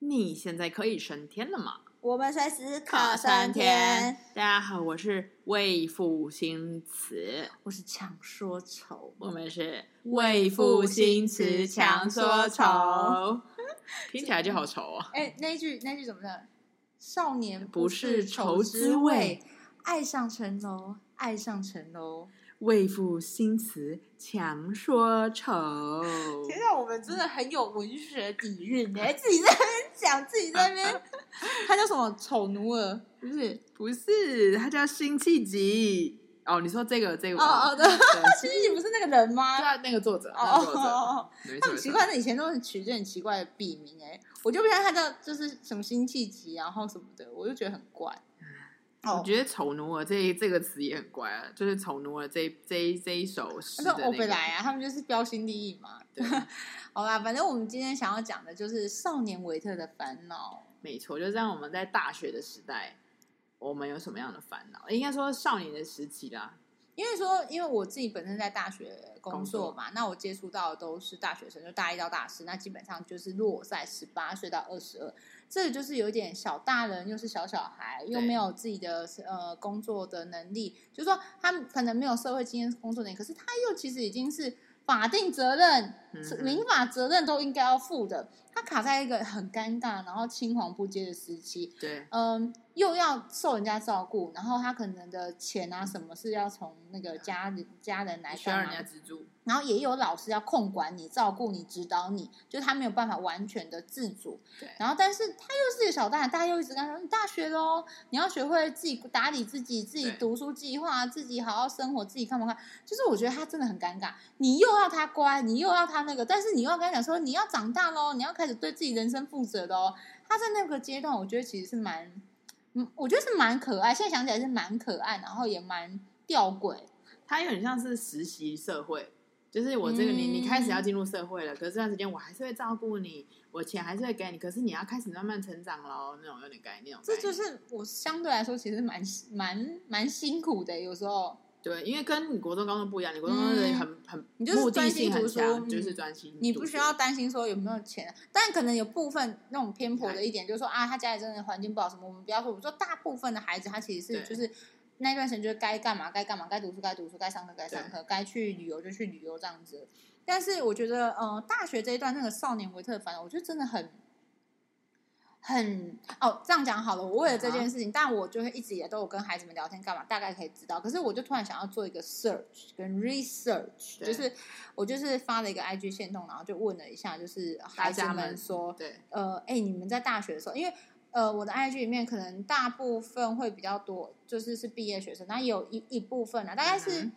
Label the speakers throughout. Speaker 1: 你现在可以升天了吗？
Speaker 2: 我们随时
Speaker 1: 考
Speaker 2: 考
Speaker 1: 三
Speaker 2: 三
Speaker 1: 天
Speaker 2: 天。。
Speaker 1: 大家好，我是魏复新词，
Speaker 2: 我是强说愁，
Speaker 1: 我们是魏复新词强说愁，听起来就好愁哦。
Speaker 2: 哎，那一句那一句怎么的？少年
Speaker 1: 不是愁滋
Speaker 2: 滋
Speaker 1: 味，
Speaker 2: 爱上城楼，爱上城楼。
Speaker 1: 魏复新词强说愁，
Speaker 2: 天啊，我们真的很有文学底蕴哎！ 自己在那边讲，自己在那边， 他叫什么？丑奴儿不是？
Speaker 1: 不是，它叫辛弃疾。哦，你说这个这个
Speaker 2: 哦 哦，对，
Speaker 1: 对，
Speaker 2: 其实你不是那个人 吗？
Speaker 1: 对啊，那个作者，
Speaker 2: 哦
Speaker 1: 那个
Speaker 2: 哦
Speaker 1: 作者，
Speaker 2: 哦，
Speaker 1: 没错，
Speaker 2: 他很
Speaker 1: 没
Speaker 2: 奇
Speaker 1: 错
Speaker 2: 怪，那以前都是取这很奇怪的笔名哎，我就不知道他叫就是什么辛弃疾，啊然后什么的，我就觉得很怪。
Speaker 1: 嗯
Speaker 2: 哦
Speaker 1: 我觉得“丑奴儿”这这个词也很怪啊，就是“丑奴儿”这这一这一首诗
Speaker 2: 那
Speaker 1: 的那
Speaker 2: 欧贝
Speaker 1: 个。
Speaker 2: 莱啊，他们就是标新立异嘛。
Speaker 1: 对，
Speaker 2: 好啦，反正我们今天想要讲的就是少年维特的烦恼。
Speaker 1: 没错，就像我们在大学的时代，我们有什么样的烦恼？应该说少年的时期啦，
Speaker 2: 因为说，因为我自己本身在大学工作嘛，那我接触到的都是大学生，就大一到大四，那基本上就是落在十八岁到二十二，这个就是有点小大人，又是小小孩，又没有自己的呃工作的能力，就是说他们可能没有社会经验、工作能力，可是他又其实已经是法定责任、
Speaker 1: 嗯
Speaker 2: 是
Speaker 1: 哼
Speaker 2: 民法责任都应该要负的，他卡在一个很尴尬，然后青黄不接的时期，
Speaker 1: 对，
Speaker 2: 嗯，又要受人家照顾，然后他可能的钱啊什么是要从那个家人家人来
Speaker 1: 需要
Speaker 2: 干
Speaker 1: 人
Speaker 2: 嘛
Speaker 1: 家，资助，
Speaker 2: 然后也有老师要控管你、照顾你、指导你，就是他没有办法完全的自主。
Speaker 1: 对
Speaker 2: 然后，但是他又是一个小大人，大家又一直跟他说：“你大学喽，你要学会自己打理自己，自己
Speaker 1: 对
Speaker 2: 读书计划，自己好好生活，自己看不看。”就是我觉得他真的很尴尬，你又要他乖，你又要他那个，但是你又要跟他讲说你要长大喽，你要开始对自己人生负责喽。他在那个阶段，我觉得其实是蛮，嗯，我觉得是蛮可爱。现在想起来是蛮可爱，然后也蛮吊诡。
Speaker 1: 它有点像是实习社会。就是我这个
Speaker 2: 嗯
Speaker 1: 你，你开始要进入社会了，可是这段时间我还是会照顾你，我钱还是会给你，可是你要开始慢慢成长喽，那种有点概念，那种
Speaker 2: 这
Speaker 1: 概
Speaker 2: 就
Speaker 1: 念
Speaker 2: 是我相对来说其实蛮蛮蛮辛苦的，有时候
Speaker 1: 对，因为跟你国中高中不一样，你国中高中
Speaker 2: 嗯
Speaker 1: 很很
Speaker 2: 你就是
Speaker 1: 目的
Speaker 2: 专心
Speaker 1: 性很
Speaker 2: 读书
Speaker 1: 强，
Speaker 2: 嗯
Speaker 1: 就是专心读书，
Speaker 2: 你不需要担心说有没有钱，但可能有部分那种偏颇
Speaker 1: 对
Speaker 2: 的一点，就是说啊，他家里真的环境不好什么，我们不要说，我们说大部分的孩子他其实是
Speaker 1: 对
Speaker 2: 就是那段时间就是该干嘛该干嘛，该读书该读书，该上课该上课，该去旅游就去旅游这样子。但是我觉得，呃，大学这一段那个少年维特烦恼，我觉得真的很。很哦，这样讲好了。我为了
Speaker 1: 嗯
Speaker 2: 这件事情，但我就会一直也都有跟孩子们聊天，干嘛大概可以知道。可是我就突然想要做一个 search 跟 research，
Speaker 1: 对
Speaker 2: 就是我就是发了一个 IG 线动，然后就问了一下，就是孩子
Speaker 1: 大家们
Speaker 2: 们说，
Speaker 1: 对
Speaker 2: 呃，哎、你们在大学的时候，因为呃，我的 IG 里面可能大部分会比较多，就是是毕业学生，那也有一一部分啊，大概是、
Speaker 1: 嗯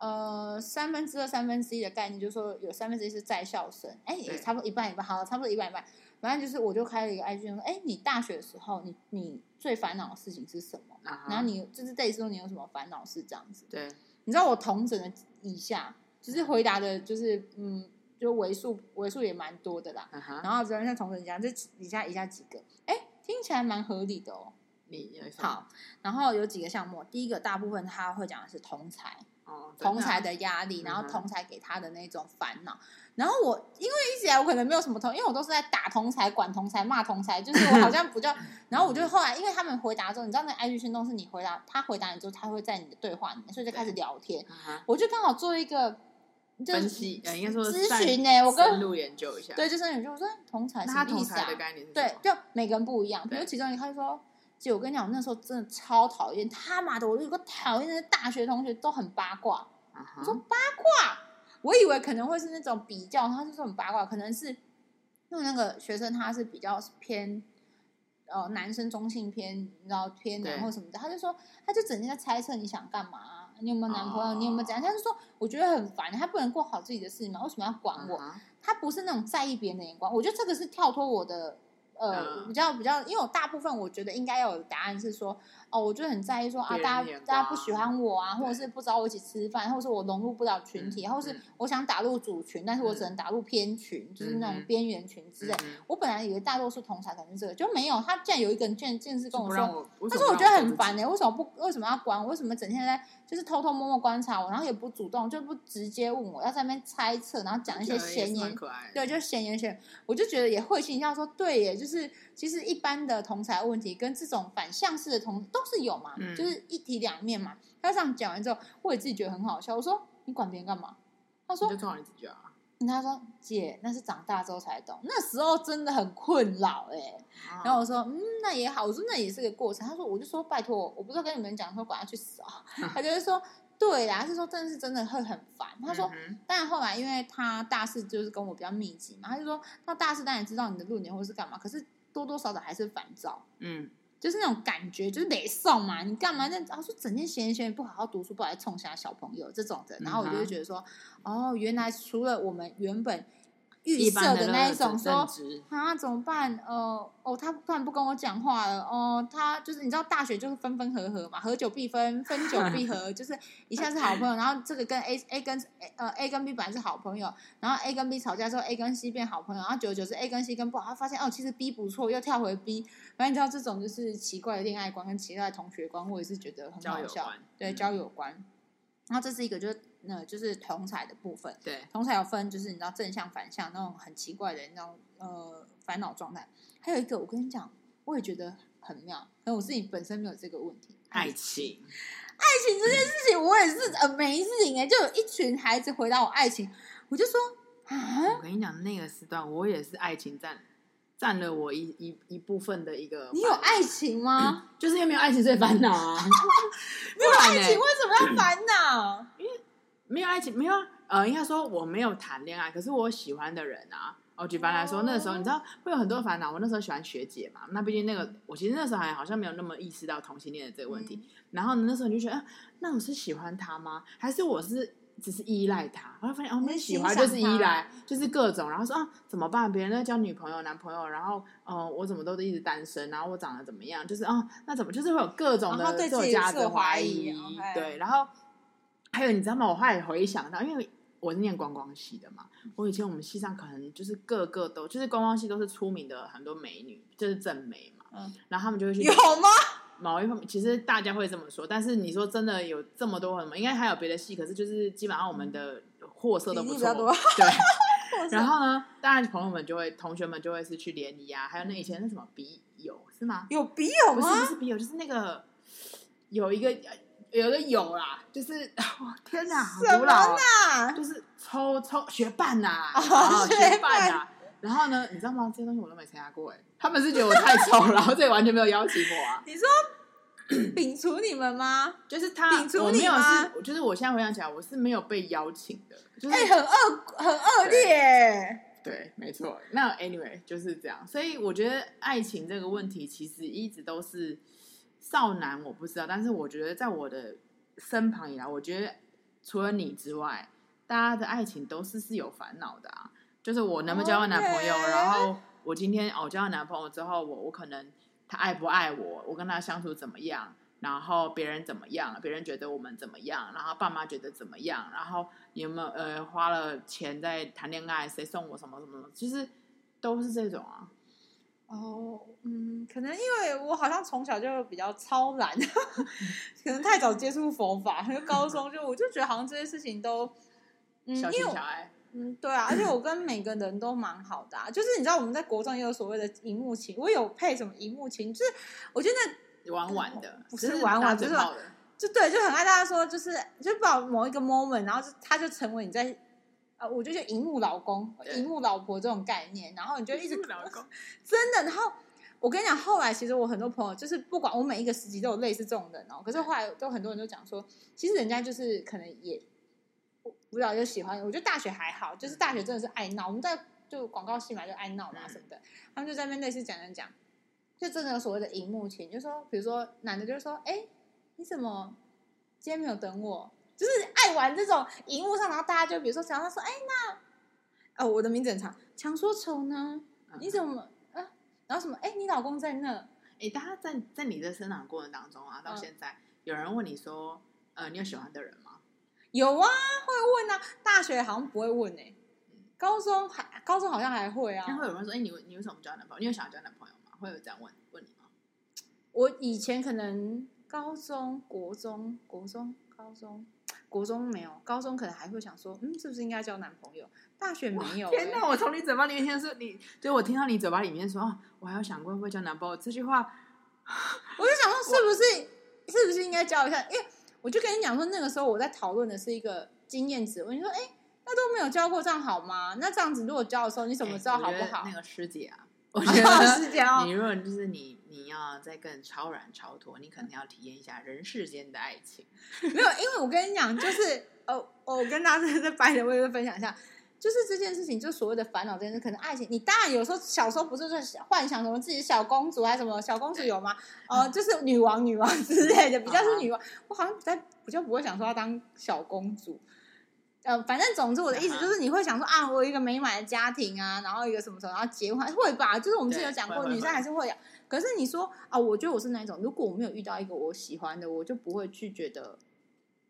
Speaker 2: 呃三分之二、三分之一的概念，就是说有三分之一是在校生，哎、也
Speaker 1: 对
Speaker 2: 差不多一半一半，好，差不多一半一半。反正就是，我就开了一个 IG 说，哎、你大学的时候，你你最烦恼的事情是什么？
Speaker 1: 啊哈
Speaker 2: 然后你就是类似说你有什么烦恼事这样子。
Speaker 1: 对啊
Speaker 2: 你知道我同整了以下，就是回答的，就是嗯，就为数为数也蛮多的啦。
Speaker 1: 啊哈，
Speaker 2: 然后人在同整一下，这以下以下几个，哎，听起来蛮合理的哦。
Speaker 1: 你有什么
Speaker 2: 好，然后有几个项目，第一个大部分他会讲的是同才，
Speaker 1: 哦，真
Speaker 2: 同
Speaker 1: 的啊
Speaker 2: 才的压力，
Speaker 1: 嗯哼
Speaker 2: 然后同才给他的那种烦恼。然后我因为一直以来我可能没有什么同，因为我都是在打同才、管同才、骂同才，就是我好 像不叫。然后我就后来，因为他们回答之后，你知道那 IG 行动是你回答他回答你之后，他会在你的对话里面，所以就开始聊天。
Speaker 1: 啊哈
Speaker 2: 我就刚好做一个就是
Speaker 1: 分析，呃应该说
Speaker 2: 咨
Speaker 1: 善
Speaker 2: 询呢，我
Speaker 1: 深
Speaker 2: 跟
Speaker 1: 入研究一下。
Speaker 2: 对，就是你就我说同才
Speaker 1: 那
Speaker 2: 什
Speaker 1: 他
Speaker 2: 么
Speaker 1: 同
Speaker 2: 意思
Speaker 1: 才
Speaker 2: 啊
Speaker 1: 的？概念是什
Speaker 2: 对
Speaker 1: 么，
Speaker 2: 就每个人不一样。比如
Speaker 1: 对
Speaker 2: 其中一个他就说：“姐，我跟你讲，我那时候真的超讨厌，他妈的，我有个讨厌的大学同学都很八卦。”
Speaker 1: 啊哈
Speaker 2: 我说八卦，我以为可能会是那种比较，他是说很八卦，可能是因为那个学生他是比较偏呃男生中性偏，你知道偏
Speaker 1: 对
Speaker 2: 男或什么的，他就说他就整天在猜测你想干嘛啊、你有没有男朋
Speaker 1: 哦
Speaker 2: 友，你有没有怎样，他就说我觉得很烦，他不能过好自己的事情吗？为什么要
Speaker 1: 啊
Speaker 2: 管我？
Speaker 1: 哈
Speaker 2: 他不是那种在意别人的眼光，我觉得这个是跳脱我的。呃，
Speaker 1: 嗯
Speaker 2: 比较比较，因为我大部分我觉得应该要有答案是说，哦，我就很在意说
Speaker 1: 别
Speaker 2: 啊，
Speaker 1: 人
Speaker 2: 大
Speaker 1: 的
Speaker 2: 家
Speaker 1: 眼光
Speaker 2: 大家不喜欢我啊，
Speaker 1: 对
Speaker 2: 或者是不找我一起吃饭，或者是我融入不了群体，
Speaker 1: 嗯
Speaker 2: 或者是
Speaker 1: 嗯
Speaker 2: 我想打入主群，但是我只能打入偏群，就是那
Speaker 1: 嗯
Speaker 2: 种
Speaker 1: 哼
Speaker 2: 边缘群之类。
Speaker 1: 嗯
Speaker 2: 我本来以为大多数同才可能是这个，就没有，他竟然有一个人竟然竟然是跟
Speaker 1: 就
Speaker 2: 我
Speaker 1: 不
Speaker 2: 说，
Speaker 1: 让我，
Speaker 2: 但
Speaker 1: 但
Speaker 2: 欸是我觉得很烦呢、为什么不为什么要管我？为什么整天在就是偷偷摸摸观察我，然后也不主动，就不直接问我，要在那边猜测，然后讲一些闲言
Speaker 1: 蛮可爱的。
Speaker 2: 对，就闲言闲语，我就觉得也会心一笑说，对耶，就是其实一般的同财问题跟这种反向式的同都是有嘛，
Speaker 1: 嗯
Speaker 2: 就是一体两面嘛。他这样讲完之后，我也自己觉得很好笑，我说你管别人干嘛？他
Speaker 1: 你
Speaker 2: 说
Speaker 1: 就做好你自己就好。
Speaker 2: 他说姐那是长大之后才懂，那时候真的很困扰哎、
Speaker 1: 啊
Speaker 2: 然后我说，嗯，那也好，我说那也是个过程。他说，我就说拜托，我不知道跟你们讲说管他去死 哦。他就是说，对啦，他是说真的是真的会很烦。他说，
Speaker 1: 嗯
Speaker 2: 但后来因为他大四就是跟我比较密集嘛，他就说他大四当然知道你的论点或是干嘛，可是多多少少还是烦躁，
Speaker 1: 嗯，
Speaker 2: 就是那种感觉，就是得送嘛，你干嘛那？他说整天闲言闲语，不好好读书，不好好冲下小朋友这种
Speaker 1: 嗯
Speaker 2: 的。然后我就会觉得说，哦，原来除了我们原本预
Speaker 1: 一
Speaker 2: 设
Speaker 1: 般
Speaker 2: 的那一种说
Speaker 1: 认。知
Speaker 2: 啊，怎么办？呃，哦，他突然不跟我讲话了。哦，他就是你知道，大学就是分分合合嘛，合久必分，分久必 合，就是一下是好朋友，然后这个跟 A A 跟呃 A 跟 B 本来是好朋友，然后 A 跟 B 吵架之后，A 跟 C 变好朋友，然后久而久之 A 跟 C 跟不好，他发现哦，其实 B 不错，又跳回 B。反正你知道这种就是奇怪的恋爱观跟奇怪的同学观，我也是觉得很
Speaker 1: 交
Speaker 2: 好
Speaker 1: 友
Speaker 2: 笑。
Speaker 1: 观，
Speaker 2: 对，
Speaker 1: 嗯
Speaker 2: 交友观。然后这是一个就是呃就是同彩的部分。
Speaker 1: 对，
Speaker 2: 同时还有分，就是你知道正向、反向那种很奇怪的那种呃烦恼状态。还有一个，我跟你讲，我也觉得很妙，可能我自己本身没有这个问题。
Speaker 1: 爱
Speaker 2: 爱
Speaker 1: 情，
Speaker 2: 情这件事情，我也是 amazing 哎、就有一群孩子回答我爱情，我就说啊，
Speaker 1: 我跟你讲，那个时段我也是爱情占占了我一一一部分的一个。
Speaker 2: 你有？爱情吗？
Speaker 1: 就是因为没有爱情所以烦恼啊。
Speaker 2: 没有爱
Speaker 1: 不然
Speaker 2: 情
Speaker 1: 呢
Speaker 2: 为什么要烦恼？
Speaker 1: 没有爱情，没有啊，呃，应该说我没有谈恋爱，可是我喜欢的人啊，哦，举凡来说，
Speaker 2: 哦
Speaker 1: 那时候你知道会有很多烦恼。我那时候喜欢学姐嘛，那毕竟那个我其实那时候还好像没有那么意识到同性恋的这个问题。然后呢，那时候你就觉得、啊，那我是喜欢他吗？还是我是只是依赖他？然后发现哦，
Speaker 2: 你
Speaker 1: 那
Speaker 2: 是
Speaker 1: 喜欢
Speaker 2: 欣
Speaker 1: 就
Speaker 2: 赏
Speaker 1: 是依赖，就是各种。然后说啊，怎么办？别人在交女朋友、男朋友，然后呃，我怎么都是一直单身，然后我长得怎么样？就是啊，那怎么就是会有各种
Speaker 2: 然后哦
Speaker 1: 的
Speaker 2: 对自
Speaker 1: 作
Speaker 2: 己
Speaker 1: 家
Speaker 2: 自我
Speaker 1: 的
Speaker 2: 怀
Speaker 1: 怀
Speaker 2: 疑
Speaker 1: 疑
Speaker 2: ，OK。
Speaker 1: 对，然后还有你知道吗？我后来回想到，因为我是念观光系的嘛，我以前我们系上可能就是个个都就是观光系都是出名的很多美女，就是正美嘛，
Speaker 2: 嗯
Speaker 1: 然后他们就会去
Speaker 2: 有吗？
Speaker 1: 某一方面，其实大家会这么说，但是你说真的有这么多人吗？应该还有别的戏，可是就是基本上我们的货色都不
Speaker 2: 嗯比例比
Speaker 1: 错
Speaker 2: 较多，
Speaker 1: 对。然后呢，当然朋友们就会、同学们就会是去联谊啊，还有那以前那什么笔友是吗？
Speaker 2: 有笔友
Speaker 1: 不是
Speaker 2: 吗？
Speaker 1: 不是笔友，就是那个有一个有一个友啦， 就是哇天哪，好
Speaker 2: 什
Speaker 1: 古
Speaker 2: 么
Speaker 1: 老、啊，
Speaker 2: 啊，
Speaker 1: 就是抽抽学伴呐、
Speaker 2: 哦
Speaker 1: 啊，
Speaker 2: 学
Speaker 1: 学伴呐、然后呢，你知道吗？这些东西我都没参加过哎、他们是觉得我太丑 了，然后这也完全没有邀请我啊。
Speaker 2: 你说 摒除你们吗？
Speaker 1: 就是他，
Speaker 2: 摒除
Speaker 1: 我
Speaker 2: 你
Speaker 1: 没有
Speaker 2: 吗
Speaker 1: 是，就是我现在回想起来，我是没有被邀请的，就是、
Speaker 2: 哎、很恶，很恶劣。
Speaker 1: 对，没错。那 anyway 就是这样，所以我觉得爱情这个问题其实一直都是少男，我不知道，但是我觉得在我的身旁以来，我觉得除了你之外，大家的爱情都是是有烦恼的啊。就是我能不能交到男朋友
Speaker 2: OK
Speaker 1: 然后我今天哦交到男朋友之后，我我可能他爱不爱我，我跟他相处怎么样，然后别人怎么样，别人觉得我们怎么样，然后爸妈觉得怎么样，然后有没有呃花了钱在谈恋爱，谁送我什么什么，就是都是这种啊。
Speaker 2: 哦，嗯，可能因为我好像从小就比较超然， 可能太早接触佛法，就高中就我就觉得好像这些事情都，嗯，
Speaker 1: 小
Speaker 2: 因为
Speaker 1: 情
Speaker 2: 我
Speaker 1: 小爱，
Speaker 2: 嗯对啊，而且我跟每个人都蛮好的、啊，就是你知道我们在国中也有所谓的荧幕情，我有配什么荧幕情，就是我觉得那
Speaker 1: 玩玩的，
Speaker 2: 不
Speaker 1: 只
Speaker 2: 是
Speaker 1: 是
Speaker 2: 玩玩
Speaker 1: 打嘴
Speaker 2: 就是
Speaker 1: 炮的，
Speaker 2: 就对，就很爱大家说，就是就把某一个 moment，然后就他就成为你在。呃，我就觉得荧幕老公、
Speaker 1: 对
Speaker 2: 荧幕老婆这种概念，然后你就一直
Speaker 1: 老公。嗯
Speaker 2: 真的。然后我跟你讲，后来其实我很多朋友就是不管我每一个时期都有类似这种人哦，可是后来都很多人都讲说，其实人家就是可能也我不知道就喜欢，我觉得大学还好，就是大学真的是爱闹，我们在就广告系嘛就爱闹嘛什么的，他们就在那边类似讲讲讲，就真的有所谓的荧幕情，就说比如说男的就说，哎、你怎么今天没有等我？就是爱玩这种荧幕上，然后大家就比如说想要说，哎、那哦我的名字很长，强说愁呢？你怎么啊？然后什么？哎、你老公在那？
Speaker 1: 哎，大家在在你的生长过程当中啊，到
Speaker 2: 嗯
Speaker 1: 现在、有人问你说，呃，你有喜欢的人吗？
Speaker 2: 有啊，会问啊。大学好像不会问哎、高中还高中好像还会
Speaker 1: 那
Speaker 2: 啊。
Speaker 1: 会有人说，哎，你你为什么不交男朋友？你有想要交男朋友吗？会有这样问问你吗？
Speaker 2: 我以前可能高中、国中、国中、高中、国中没有，高中可能还会想说，嗯，是不是应该交男朋友？大学没有、
Speaker 1: 天
Speaker 2: 欸，
Speaker 1: 哪！我从你嘴巴里面听到说你，就我听到你嘴巴里面说，哦，我还有想过会不会交男朋友这句话，
Speaker 2: 我就想说，是不是是不是应该教一下？因为我就跟你讲说，那个时候我在讨论的是一个经验值。我就说，哎、那都没有教过，这样好吗？那这样子，如果教的时候，你怎么知道好不好
Speaker 1: 哎我觉得？那个师姐 啊，我觉得
Speaker 2: 是这样
Speaker 1: 你
Speaker 2: 哦，
Speaker 1: 如果就是你，你要再更超然超脱，你可能要体验一下人世间的爱情。
Speaker 2: 没有，因为我跟你讲，就是呃，哦我跟大家在白 的位置分享一下。就是这件事情，就所谓的烦恼这件事，可能爱情，你当然有时候小时候不是就是幻想什么自己小公主还是什么小公主有吗？
Speaker 1: 嗯
Speaker 2: 呃， 就是女王、女王之类的，比
Speaker 1: 啊
Speaker 2: 较是女王。我好像比较比较不会想说要当小公主。呃，反正总之我的意思就是，你会想说啊，我有一个美满的家庭啊，然后一个什么什么，然后结婚会吧？就是我们之前有讲过，
Speaker 1: 对会
Speaker 2: 女生还是会有。可是你说啊，我觉得我是那一种，如果我没有遇到一个我喜欢的，我就不会去觉得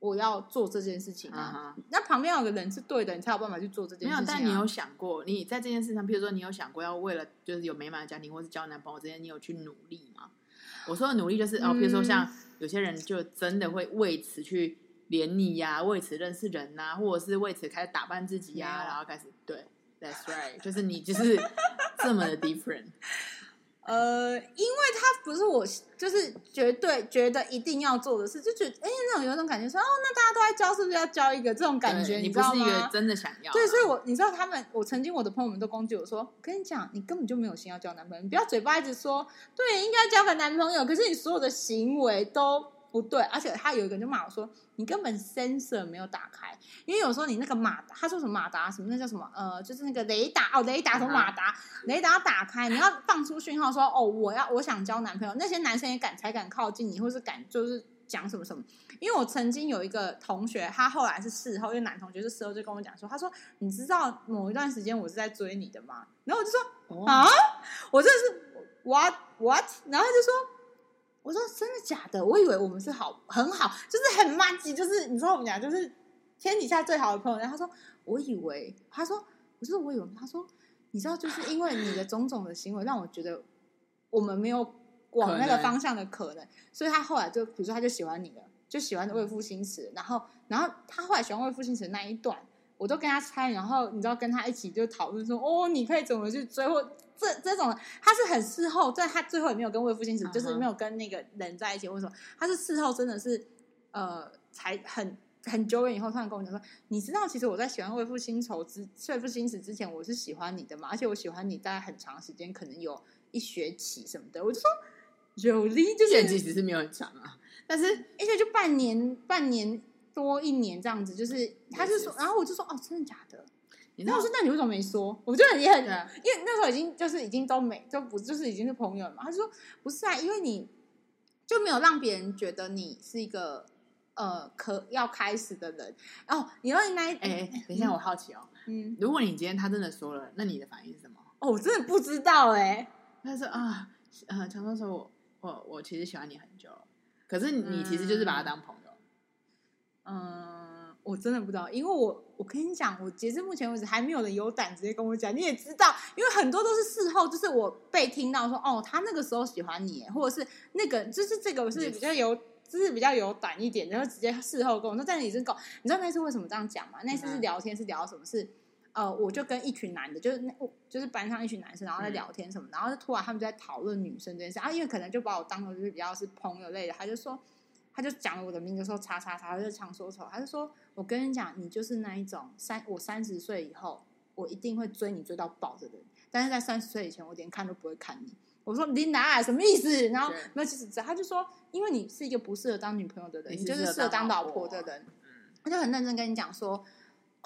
Speaker 2: 我要做这件事情啊。
Speaker 1: 啊、
Speaker 2: 那旁边要有个人是对的，你才有办法去做这件
Speaker 1: 没
Speaker 2: 事
Speaker 1: 有
Speaker 2: 情、啊。，
Speaker 1: 但你有想过，你在这件事上，譬如说你有想过要为了就是有美满的家庭或是交男朋友这些，你有去努力吗？我说的努力就是哦，譬如说
Speaker 2: 嗯
Speaker 1: 像有些人就真的会为此去联谊呀，为此认识人呐、或者是为此开始打扮自己呀、
Speaker 2: 没有
Speaker 1: 然后开始对，That's right，就是你就是这么的 different，
Speaker 2: 呃，因为他不是我，就是绝对觉得一定要做的事，就觉得哎，那种有一种感觉说，哦，那大家都在教，是不是要教一个这种 感觉？
Speaker 1: 对你
Speaker 2: 知
Speaker 1: 不
Speaker 2: 道
Speaker 1: 是一个
Speaker 2: 吗？
Speaker 1: 真的想要啊、
Speaker 2: 对，所以我你知道他们，我曾经我的朋友们都攻击我说，跟你讲，你根本就没有心要交男朋友，你不要嘴巴一直说，对，应该交个男朋友，可是你所有的行为都不对，而且他有一个人就骂我说，你根本 sensor 没有打开，因为有时候你那个马达，他说什么马达什么那叫什么呃，就是那个雷达哦，雷达什么马达，雷达打开，你要放出讯号说哦，我要我想交男朋友，那些男生也敢才敢靠近你，或是敢就是讲什么什么。因为我曾经有一个同学，他后来是事后，因为男同学是事后就跟我讲说，他说你知道某一段时间我是在追你的吗？然后我就说
Speaker 1: 哦
Speaker 2: 啊，我真的是 what what，然后他就说，我说真的假的？我以为我们是好很好，就是很 m a 就是你知道我们俩就是天底下最好的朋友。然后他说，我以为，他说，我就是我以为，他说，你知道，就是因为你的种种的行为，让我觉得我们没有往
Speaker 1: 可
Speaker 2: 那个
Speaker 1: 能
Speaker 2: 方向的可能，所以他后来就，比如说他就喜欢你了，就喜欢魏复兴词，然后，然后他后来喜欢魏复兴词那一段。我都跟他猜，然后你知道跟他一起就讨论说，哦，你可以怎么去追或这这种，他是很事后，但他最后也没有跟魏复兴子
Speaker 1: 嗯哼
Speaker 2: 就是没有跟那个人在一起，为什么？他是事后真的是呃，才很很久远以后突然跟我讲说，你知道其实我在喜欢魏复兴仇之魏复兴子之前，我是喜欢你的嘛，而且我喜欢你大概很长时间，可能有一学期什么的，我就说有力就
Speaker 1: 这其
Speaker 2: 是，
Speaker 1: 实是没有很长啊，但是
Speaker 2: 而且就半年半年多一年这样子，就是他就
Speaker 1: Yes,
Speaker 2: 说，
Speaker 1: yes.
Speaker 2: 然后我就说哦，真的假的？
Speaker 1: 你知
Speaker 2: 然
Speaker 1: 道
Speaker 2: 后我说：“那你为什么没说？”我就很也很，
Speaker 1: 对啊
Speaker 2: 因为那时候已经就是已经都没都不就是已经是朋友了嘛。他就说：“不是啊，因为你就没有让别人觉得你是一个呃可要开始的人哦。”你让你那一
Speaker 1: 哎、等一下，我好奇哦，
Speaker 2: 嗯
Speaker 1: 如果你今天他真的说了，那你的反应是什么？
Speaker 2: 哦，我真的不知道哎、
Speaker 1: 他说啊，呃，强说说我我我其实喜欢你很久了，可是你其实就是把他当朋友，
Speaker 2: 嗯，我真的不知道，因为我我跟你讲，我截至目前为止还没有人有胆直接跟我讲。你也知道，因为很多都是事后，就是我被听到说，哦，他那个时候喜欢你耶，或者是那个，就是这个我是
Speaker 1: Yes.
Speaker 2: 比较有，就是比较有胆一点，然后直接事后跟我说。但是你真搞，你知道那次为什么这样讲吗？那次是
Speaker 1: 嗯
Speaker 2: 聊天是聊什么事？呃，我就跟一群男的，就是那我就是班上一群男生，然后在
Speaker 1: 嗯
Speaker 2: 聊天什么，然后就突然他们就在讨论女生这件事啊，因为可能就把我当成就是比较是朋友类的，他就说，他就讲了我的名字说叉叉叉，他就常说丑，他就说我跟你讲，你就是那一种三我三十岁以后，我一定会追你追到爆的人，但是在三十岁以前，我连看都不会看你。我说琳达啊什么意思？然后
Speaker 1: 对
Speaker 2: 没有，其实他就说，因为你是一个不适合当女朋友的人，
Speaker 1: 你
Speaker 2: 你
Speaker 1: 是
Speaker 2: 就是
Speaker 1: 适合
Speaker 2: 适合当
Speaker 1: 当
Speaker 2: 老
Speaker 1: 老
Speaker 2: 婆
Speaker 1: 婆
Speaker 2: 的人。
Speaker 1: 嗯，
Speaker 2: 他就很认真跟你讲说，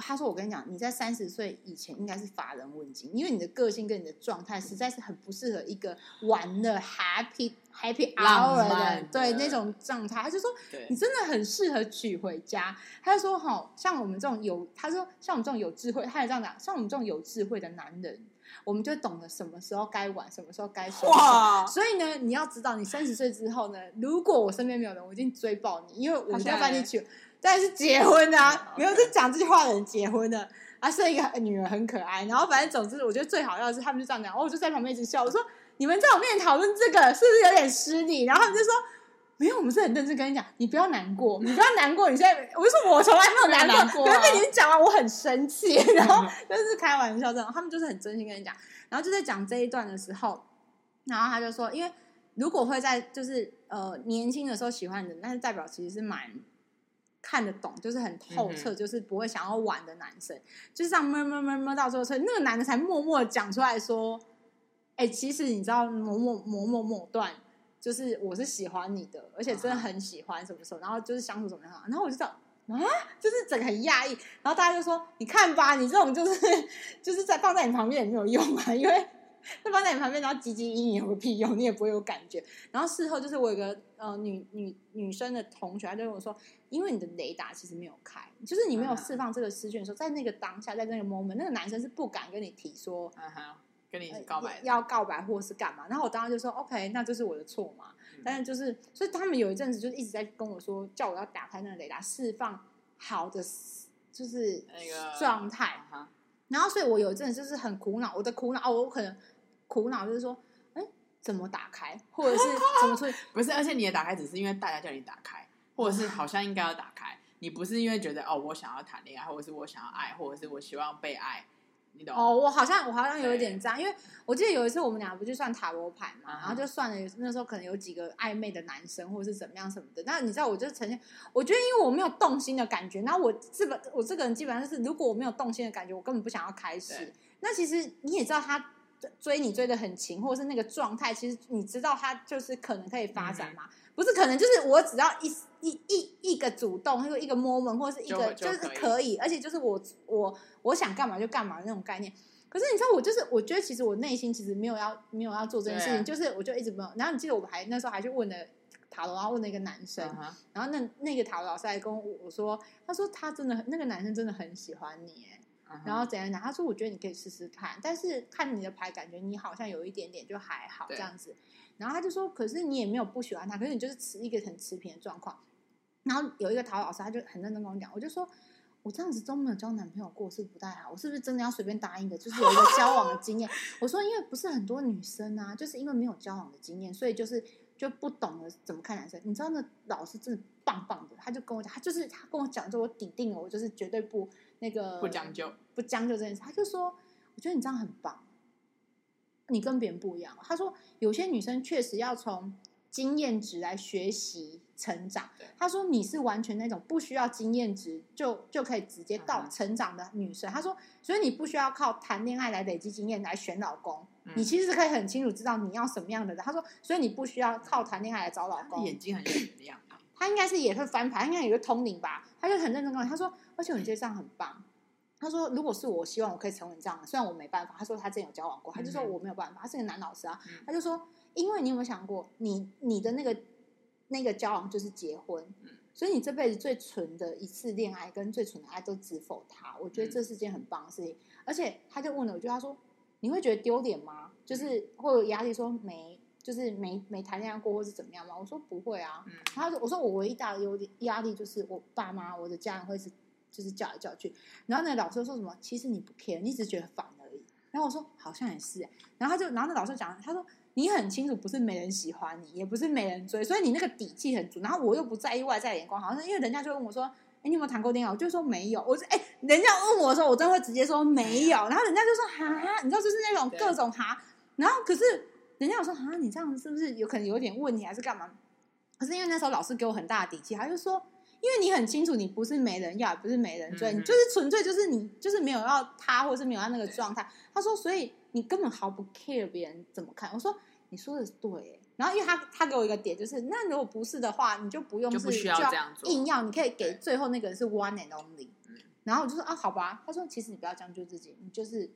Speaker 2: 他说我跟你讲，你在三十岁以前应该是乏人问津，因为你的个性跟你的状态实在是很不适合一个玩的 happy happy
Speaker 1: 浪
Speaker 2: hour 的
Speaker 1: 漫
Speaker 2: 人
Speaker 1: 的
Speaker 2: 对那种状态。他就说
Speaker 1: 对
Speaker 2: 你，真的很适合娶回家。他就说哈，像我们这种有，他说像我们这种有智慧，他也这样讲，像我们这种有智慧的男人，我们就懂得什么时候该玩，什么时候该收手。
Speaker 1: 哇，
Speaker 2: 所以呢，你要知道，你三十岁之后呢，如果我身边没有人，我一定追爆你，因为我一定要把你娶。但是结婚啊，
Speaker 1: 嗯
Speaker 2: 没有
Speaker 1: OK
Speaker 2: 就讲这句话的人结婚了，啊，生一个女儿很可爱。然后反正总之，我觉得最好笑的是他们就这样讲，哦，我就在旁边一直笑，我说你们在我面前讨论这个是不是有点失礼？然后他们就说。没有，我们是很认真跟你讲，你不要难过，你不要难过。你现在，我就说我从来没有难
Speaker 3: 没有难过
Speaker 2: 过，
Speaker 3: 啊
Speaker 2: 可是被你讲完，我很生气。然后就是开玩笑这样，他们就是很真心跟你讲。然后就在讲这一段的时候，然后他就说，因为如果会在就是呃年轻的时候喜欢的，那代表其实是蛮看得懂，就是很透彻，就是不会想要玩的男生，就是这样摸摸摸摸到最后，所以那个男的才默默地讲出来说：“哎、其实你知道某某某某某段，就是我是喜欢你的，而且真的很喜欢什么时候，然后就是相处怎么样。”然后我就知道。啊，就是整个很压抑，然后大家就说：“你看吧，你这种就是就是在放在你旁边也没有用啊，因为那放在你旁边，然后唧唧嘤嘤有个屁用，你也不会有感觉。”然后事后就是我有个呃女女女生的同学，她就跟我说，因为你的雷达其实没有开，就是你没有
Speaker 1: 嗯
Speaker 2: 释放这个资讯的时候，在那个当下，在那个 moment，那个男生是不敢跟你提说
Speaker 1: 嗯哼，跟你
Speaker 2: 呃
Speaker 1: 告白的，
Speaker 2: 要要告白或是干嘛。然后我当时就说 OK，那就是我的错嘛。
Speaker 1: 嗯
Speaker 2: 但是就是，所以他们有一阵子就是一直在跟我说，叫我要打开那个雷达，释放好的就是
Speaker 1: 那个
Speaker 2: 状态。
Speaker 1: 嗯哼
Speaker 2: 然后，所以我有一阵子就是很苦恼，我的苦恼，哦，我可能苦恼就是说，哎，怎么打开，或者是怎么处理？
Speaker 1: 不是，而且你的打开只是因为大家叫你打开，或者是好像应该要打开，你不是因为觉得哦，我想要谈恋爱，或者是我想要爱，或者是我希望被爱，你懂？
Speaker 2: 哦，我好像我好像有一点这样，因为我记得有一次我们俩不就算塔罗牌嘛，
Speaker 1: 嗯哼
Speaker 2: 然后就算了那时候可能有几个暧昧的男生或者是怎么样什么的。那你知道，我就呈现，我觉得因为我没有动心的感觉，然后我这个我这个人基本上就是，如果我没有动心的感觉，我根本不想要开始
Speaker 1: 对。
Speaker 2: 那其实你也知道他。追你追的很勤，或者是那个状态，其实你知道他就是可能可以发
Speaker 1: 嗯
Speaker 2: 展嘛，不是可能就是我只要一一一一个主动，或者一个 moment，或者是一个
Speaker 1: 就
Speaker 2: 就
Speaker 1: 会
Speaker 2: 是
Speaker 1: 就可以
Speaker 2: 可以，而且就是我我我想干嘛就干嘛那种概念。可是你知道，我就是我觉得其实我内心其实没有要没有要做这件事情，
Speaker 1: 对啊
Speaker 2: 就是我就一直没有。然后你记得我还那时候还去问了塔罗，然后问了一个男生，
Speaker 1: 嗯哼
Speaker 2: 然后那那个塔罗老师还跟我说，他说他真的很那个男生真的很喜欢你，
Speaker 1: 嗯哼
Speaker 2: 哎然后怎样讲？他说我觉得你可以试试看，但是看你的牌，感觉你好像有一点点就还好这
Speaker 1: 对
Speaker 2: 样子。然后他就说，可是你也没有不喜欢他，可是你就是持一个很持平的状况。然后有一个陶老师，他就很认真跟我讲，我就说。我这样子都没有交男朋友过，是不是不太好。我是不是真的要随便答应的？就是有一个交往的 经验。我说，因为不是很多女生啊，就是因为没有交往的经验，所以就是就不懂得怎么看男生。你知道那老师真的棒棒的，他就跟我讲，他就是他跟我讲之后，我笃定了，我就是绝对不那个
Speaker 1: 不将就，
Speaker 2: 不将就这件事，他就说：“我觉得你这样很棒，你跟别人不一样。”他说：“有些女生确实要从经验值来学习成长
Speaker 1: 对。”
Speaker 2: 他说：“你是完全那种不需要经验值就就可以直接到
Speaker 1: 嗯哼
Speaker 2: 成长的女生。他说：“所以你不需要靠谈恋爱来累积经验来选老公，
Speaker 1: 嗯
Speaker 2: 你其实是可以很清楚知道你要什么样的人。”他说：“所以你不需要靠谈恋爱来找老
Speaker 1: 他
Speaker 2: 公。”
Speaker 1: 眼睛很啊有力量，
Speaker 2: 他应该是也会翻牌，他应该也会通灵吧？他就很认真跟我，他说，而且我觉得这样很棒。他说，如果是我，希望我可以成为你这样的，虽然我没办法。他说他之前有交往过，他就说
Speaker 1: 嗯哼
Speaker 2: 我没有办法，他是个男老师啊。
Speaker 1: 嗯
Speaker 2: 他就说，因为你有没有想过，你你的那个那个交往就是结婚，
Speaker 1: 嗯
Speaker 2: 所以你这辈子最纯的一次恋爱跟最纯的爱都只否他。我觉
Speaker 1: 嗯
Speaker 2: 得这是件很棒的事情。而且他就问了我一句，他说：“你会觉得丢脸吗？
Speaker 1: 嗯
Speaker 2: 就是会有压力，说没，就是没没谈恋爱过，或是怎么样吗？”我说：“不会啊。
Speaker 1: 嗯
Speaker 2: 他说：“我说我唯一大的优点压力就是我爸妈、我的家人会是就是叫来叫去。”然后那个老师说什么：“其实你不 care，你只是觉得烦而已。”然后我说：“好像也是欸、然后他就，然后那老师讲，他说：“你很清楚，不是没人喜欢你，也不是没人追，所以你那个底气很足。然后我又不在意外在的眼光，好像是因为人家就问我说：‘哎、你有没有谈过恋爱？’我就说没有。我说：‘哎、人家问我的时候，我真的会直接说没有。’然后人家就说：‘哈，你知道，就是那种
Speaker 1: 对
Speaker 2: 各种哈。’然后可是人家有说：‘哈，你这样是不是有可能有点问题，还是干嘛？’可是因为那时候老师给我很大的底气，他就说。因为你很清楚，你不是没人要，也不是没人追，
Speaker 1: 嗯
Speaker 2: 你就是纯粹就是你就是没有要他，或是没有要那个
Speaker 1: 对
Speaker 2: 状态。他说，所以你根本毫不 care 别人怎么看。我说，你说的对耶。然后因为他他给我一个点，就是那如果不是的话，你就不用
Speaker 1: 就是不需要这样做
Speaker 2: 硬要你可以给
Speaker 1: 对
Speaker 2: 最后那个人是 one and only
Speaker 1: 嗯。
Speaker 2: 然后我就说啊，好吧。他说，其实你不要将就自己，你就是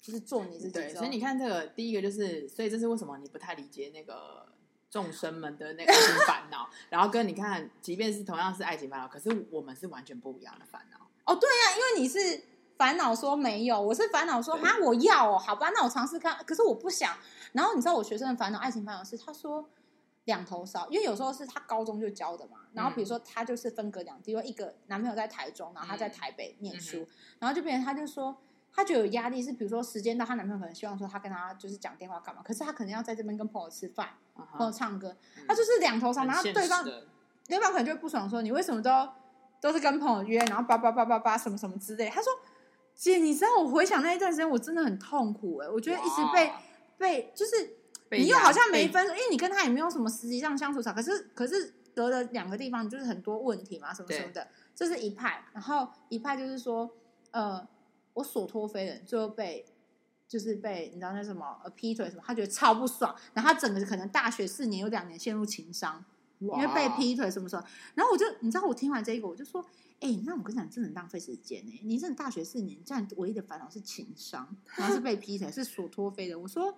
Speaker 2: 就是做你自己就好。
Speaker 1: 对，所以你看这个第一个就是，所以这是为什么你不太理解那个众生们的那个爱情烦恼，然后跟你看，即便是同样是爱情烦恼，可是我们是完全不一样的烦恼。嗯
Speaker 2: 因为你是烦恼说没有，我是烦恼说
Speaker 1: 对
Speaker 2: 啊我要哦，好吧，那我尝试看，可是我不想。然后你知道我学生的烦恼，爱情烦恼是他说两头烧，因为有时候是他高中就教的嘛。然后比如说他就是分隔两地，因为一个男朋友在台中，然后他在台北念书，然后就变成他就说。她觉得有压力是，比如说时间到，她男朋友可能希望说她跟她就是讲电话干嘛，可是她可能要在这边跟朋友吃饭、
Speaker 1: 嗯哼
Speaker 2: 朋友唱歌，
Speaker 1: 嗯
Speaker 2: 她就是两头
Speaker 3: 很
Speaker 2: 伤，哦然后
Speaker 3: 现
Speaker 2: 对
Speaker 3: 实
Speaker 2: 方
Speaker 3: 的
Speaker 2: 对方可能就会不爽说你为什么都都是跟朋友约，然后叭叭叭叭叭什么什么之类。他说：“姐，你知道我回想那一段时间，我真的很痛苦哎、我觉得一直被
Speaker 3: 哇
Speaker 2: 被就是
Speaker 1: 被
Speaker 2: 你又
Speaker 1: 压
Speaker 2: 好像没
Speaker 1: 被
Speaker 2: 分手，因为你跟他也没有什么实际上相处上，可是可是隔了两个地方，就是很多问题嘛，什么什么的，这是一派。然后一派就是说，呃，我所托非人，最后被。”就是被你知道那什么呃劈腿什么，他觉得超不爽，然后他整个可能大学四年有两年陷入情伤，因为被
Speaker 1: 哇
Speaker 2: 劈腿什么什么。然后我就，你知道，我听完这一个，我就说，哎、那我跟你讲，你真的很浪费时间呢、你真的大学四年，这样唯一的烦恼是情商，然后是被劈腿，是所托非人。我说，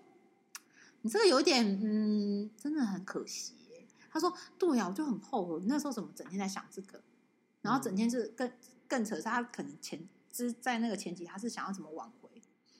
Speaker 2: 你这个有点，嗯，真的很可惜、欸。他说，对呀、我就很后悔，我那时候怎么整天在想这个，然后整天是更更扯是，他可能前之在那个前期，他是想要怎么挽回，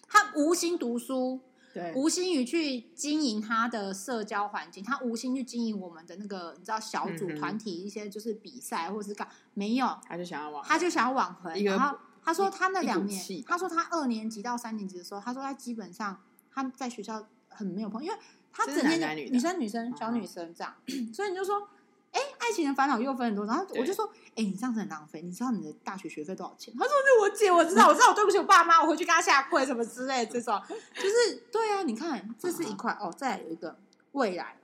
Speaker 2: 他无心读书，
Speaker 1: 对
Speaker 2: 无心于去经营他的社交环境，他无心去经营我们的那个你知道小组
Speaker 1: 嗯哼
Speaker 2: 团体一些就是比赛或者是干没有，
Speaker 1: 他就想要往
Speaker 2: 他就想要挽回。
Speaker 1: 一个
Speaker 2: 然后他说他那
Speaker 1: 一股
Speaker 2: 两年
Speaker 1: 气，吧
Speaker 2: 他说他二年级到三年级的时候，他说他基本上他在学校很没有朋友，因为他
Speaker 1: 这
Speaker 2: 整
Speaker 1: 是
Speaker 2: 天
Speaker 1: 男男
Speaker 2: 就
Speaker 1: 女的嗯
Speaker 2: 女生女生
Speaker 1: 哼
Speaker 2: 小女生这样， 所以你就说。哎，爱情的烦恼又分很多种，然后我
Speaker 3: 对
Speaker 2: 就说，哎，你这样子很浪费，你知道你的大学学费多少钱？他说是我姐，我知道，我知道，我对不起我爸妈，我回去跟他下跪什么之类的这种，就是对啊，你看这是一块哦，再来有一个未来，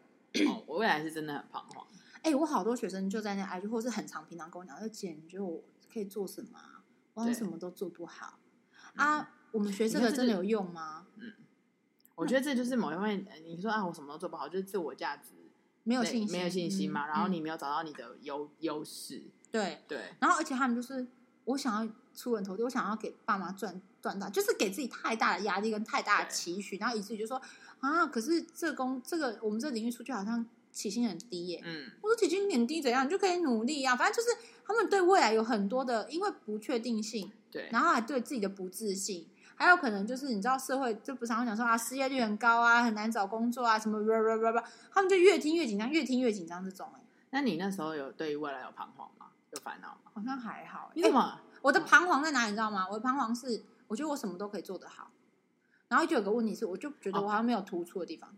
Speaker 1: 哦，我未来是真的很彷徨。
Speaker 2: 哎、我好多学生就在那 IG，或是很常平常跟我讲，说哎姐，你觉得我可以做什么啊？我好像
Speaker 1: 对
Speaker 2: 什么都做不好
Speaker 1: 嗯
Speaker 2: 啊！我们学这
Speaker 1: 你看
Speaker 2: 个
Speaker 1: 这
Speaker 2: 真的
Speaker 1: 是
Speaker 2: 有用吗？
Speaker 1: 我觉得这就是某一方面，呃你说啊，我什么都做不好，就是自我价值
Speaker 2: 没有
Speaker 1: 对
Speaker 2: 信心，
Speaker 1: 没有信心嘛，
Speaker 2: 嗯
Speaker 1: 然后
Speaker 2: 嗯
Speaker 1: 你没有找到你的优优势，
Speaker 2: 对，
Speaker 1: 对，
Speaker 2: 然后而且他们就是我想要出人头地，我想要给爸妈赚赚大，就是给自己太大的压力跟太大的
Speaker 1: 对
Speaker 2: 期许，然后以至于就说啊，可是这工这个我们这领域出去好像起薪很低耶、
Speaker 1: 嗯，
Speaker 2: 我说起薪很低怎样，你就可以努力啊。反正就是他们对未来有很多的，因为不确定性，
Speaker 1: 对，
Speaker 2: 然后还对自己的不自信，还有可能就是你知道社会就不常常讲说啊失业率很高啊，很难找工作啊，什么 blah blah blah blah，他们就越听越紧张，越听越紧张这种、欸，
Speaker 1: 那你那时候有对于未来有彷徨吗？有烦恼吗？
Speaker 2: 好像还好、欸。
Speaker 1: 你怎
Speaker 2: 欸
Speaker 1: 么？嗯
Speaker 2: 我的彷徨在哪里？你知道吗？我的彷徨是，我觉得我什么都可以做得好，然后就有个问题是，我就觉得我好像没有突出的地方。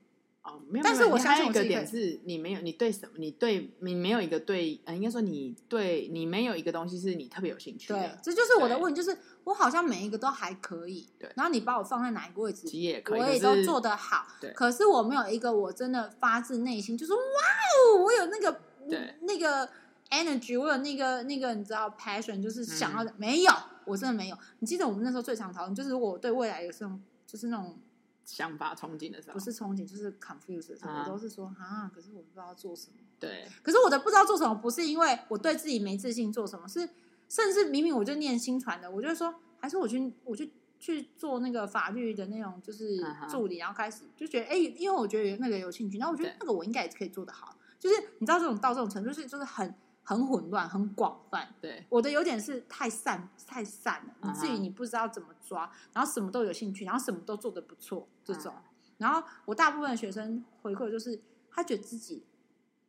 Speaker 1: 哦，没有，
Speaker 2: 但是
Speaker 1: 没有
Speaker 2: 我
Speaker 1: 你
Speaker 2: 相信
Speaker 1: 还有
Speaker 2: 我
Speaker 1: 一个
Speaker 2: 自己
Speaker 1: 点是你没有，你对什么？你对你没有一个对，呃，应该说你对你没有一个东西是你特别有兴趣
Speaker 2: 对
Speaker 1: 的，，
Speaker 2: 这就是我的
Speaker 1: 对
Speaker 2: 问题，就是我好像每一个都还可以。
Speaker 1: 对
Speaker 2: 然后你把我放在哪一个位置，
Speaker 1: 其实也可以，
Speaker 2: 我也
Speaker 1: 可
Speaker 2: 都
Speaker 1: 是
Speaker 2: 做得好
Speaker 1: 对，
Speaker 2: 可是我没有一个我真的发自内心就是哇哦，我有那个嗯
Speaker 1: 对
Speaker 2: 那个 energy，我有那个那个你知道 passion，就是想
Speaker 1: 嗯
Speaker 2: 要的、没有，我真的没有。你记得我们那时候最常讨论，就是如果我对未来有这种就是那种
Speaker 1: 想法憧憬的时候，
Speaker 2: 不是憧憬，就是 confused 的时候，
Speaker 1: 啊
Speaker 2: 我都是说啊，可是我不知道做什么。
Speaker 1: 对，
Speaker 2: 可是我的不知道做什么，不是因为我对自己没自信做什么，是甚至明明我就念新传的，我就说还是我去我去去做那个法律的那种就是
Speaker 1: 嗯哼
Speaker 2: 助理，然后开始就觉得哎、因为我觉得那个有兴趣，那我觉得
Speaker 1: 对
Speaker 2: 那个我应该也可以做得好，就是你知道这种到这种程度是就是很很混乱、很广泛。
Speaker 1: 对，
Speaker 2: 我的有点是太散太散了，
Speaker 1: 嗯
Speaker 2: 以至于
Speaker 1: 哼
Speaker 2: 你不知道怎么抓，然后什么都有兴趣，然后什么都做得不错这种
Speaker 1: 嗯。
Speaker 2: 然后我大部分的学生回馈就是，他觉得自己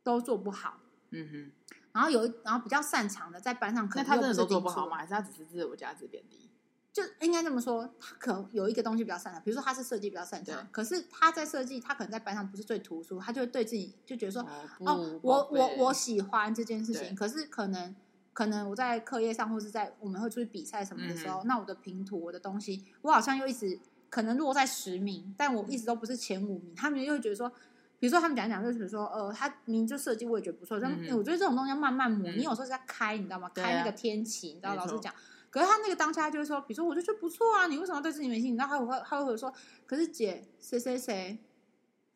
Speaker 2: 都做不好，
Speaker 1: 嗯哼。
Speaker 2: 然后有一然后比较擅长的在班上可
Speaker 1: 那
Speaker 2: 能
Speaker 1: 他
Speaker 2: 又
Speaker 1: 真的
Speaker 2: 是
Speaker 1: 都做
Speaker 2: 顶
Speaker 1: 不好
Speaker 2: 住
Speaker 1: 吗？？还是他只是自我价值贬低？
Speaker 2: 就应该这么说，他可能有一个东西比较擅长，比如说他是设计比较擅
Speaker 1: 对
Speaker 2: 长，可是他在设计，他可能在班上不是最突出，他就会对自己就觉得说，
Speaker 1: 哦
Speaker 2: 哦，
Speaker 1: 不
Speaker 2: 我
Speaker 1: 宝
Speaker 2: 我
Speaker 1: 贝
Speaker 2: 我喜欢这件事
Speaker 1: 对
Speaker 2: 情，可是可能可能我在课业上，或是在我们会出去比赛什么的时
Speaker 1: 嗯
Speaker 2: 候，那我的拼图、我的东西，我好像又一直可能落在十名，但我一直都不是前五名，他们又会觉得说。比如说，他们讲讲，就是比如说，呃，他明明就设计，我也觉得不错。但、
Speaker 1: 嗯哼
Speaker 2: 我觉得这种东西要慢慢磨。
Speaker 1: 嗯
Speaker 2: 你有时候是在开，你知道吗？
Speaker 1: 对
Speaker 2: 开那
Speaker 1: 啊
Speaker 2: 个天启，你知道，
Speaker 1: 没
Speaker 2: 老师
Speaker 1: 错
Speaker 2: 讲。可是他那个当下，他就会说，比如说，我就觉得不错啊，你为什么要对自己没信心？然后他会他会说，可是姐谁谁谁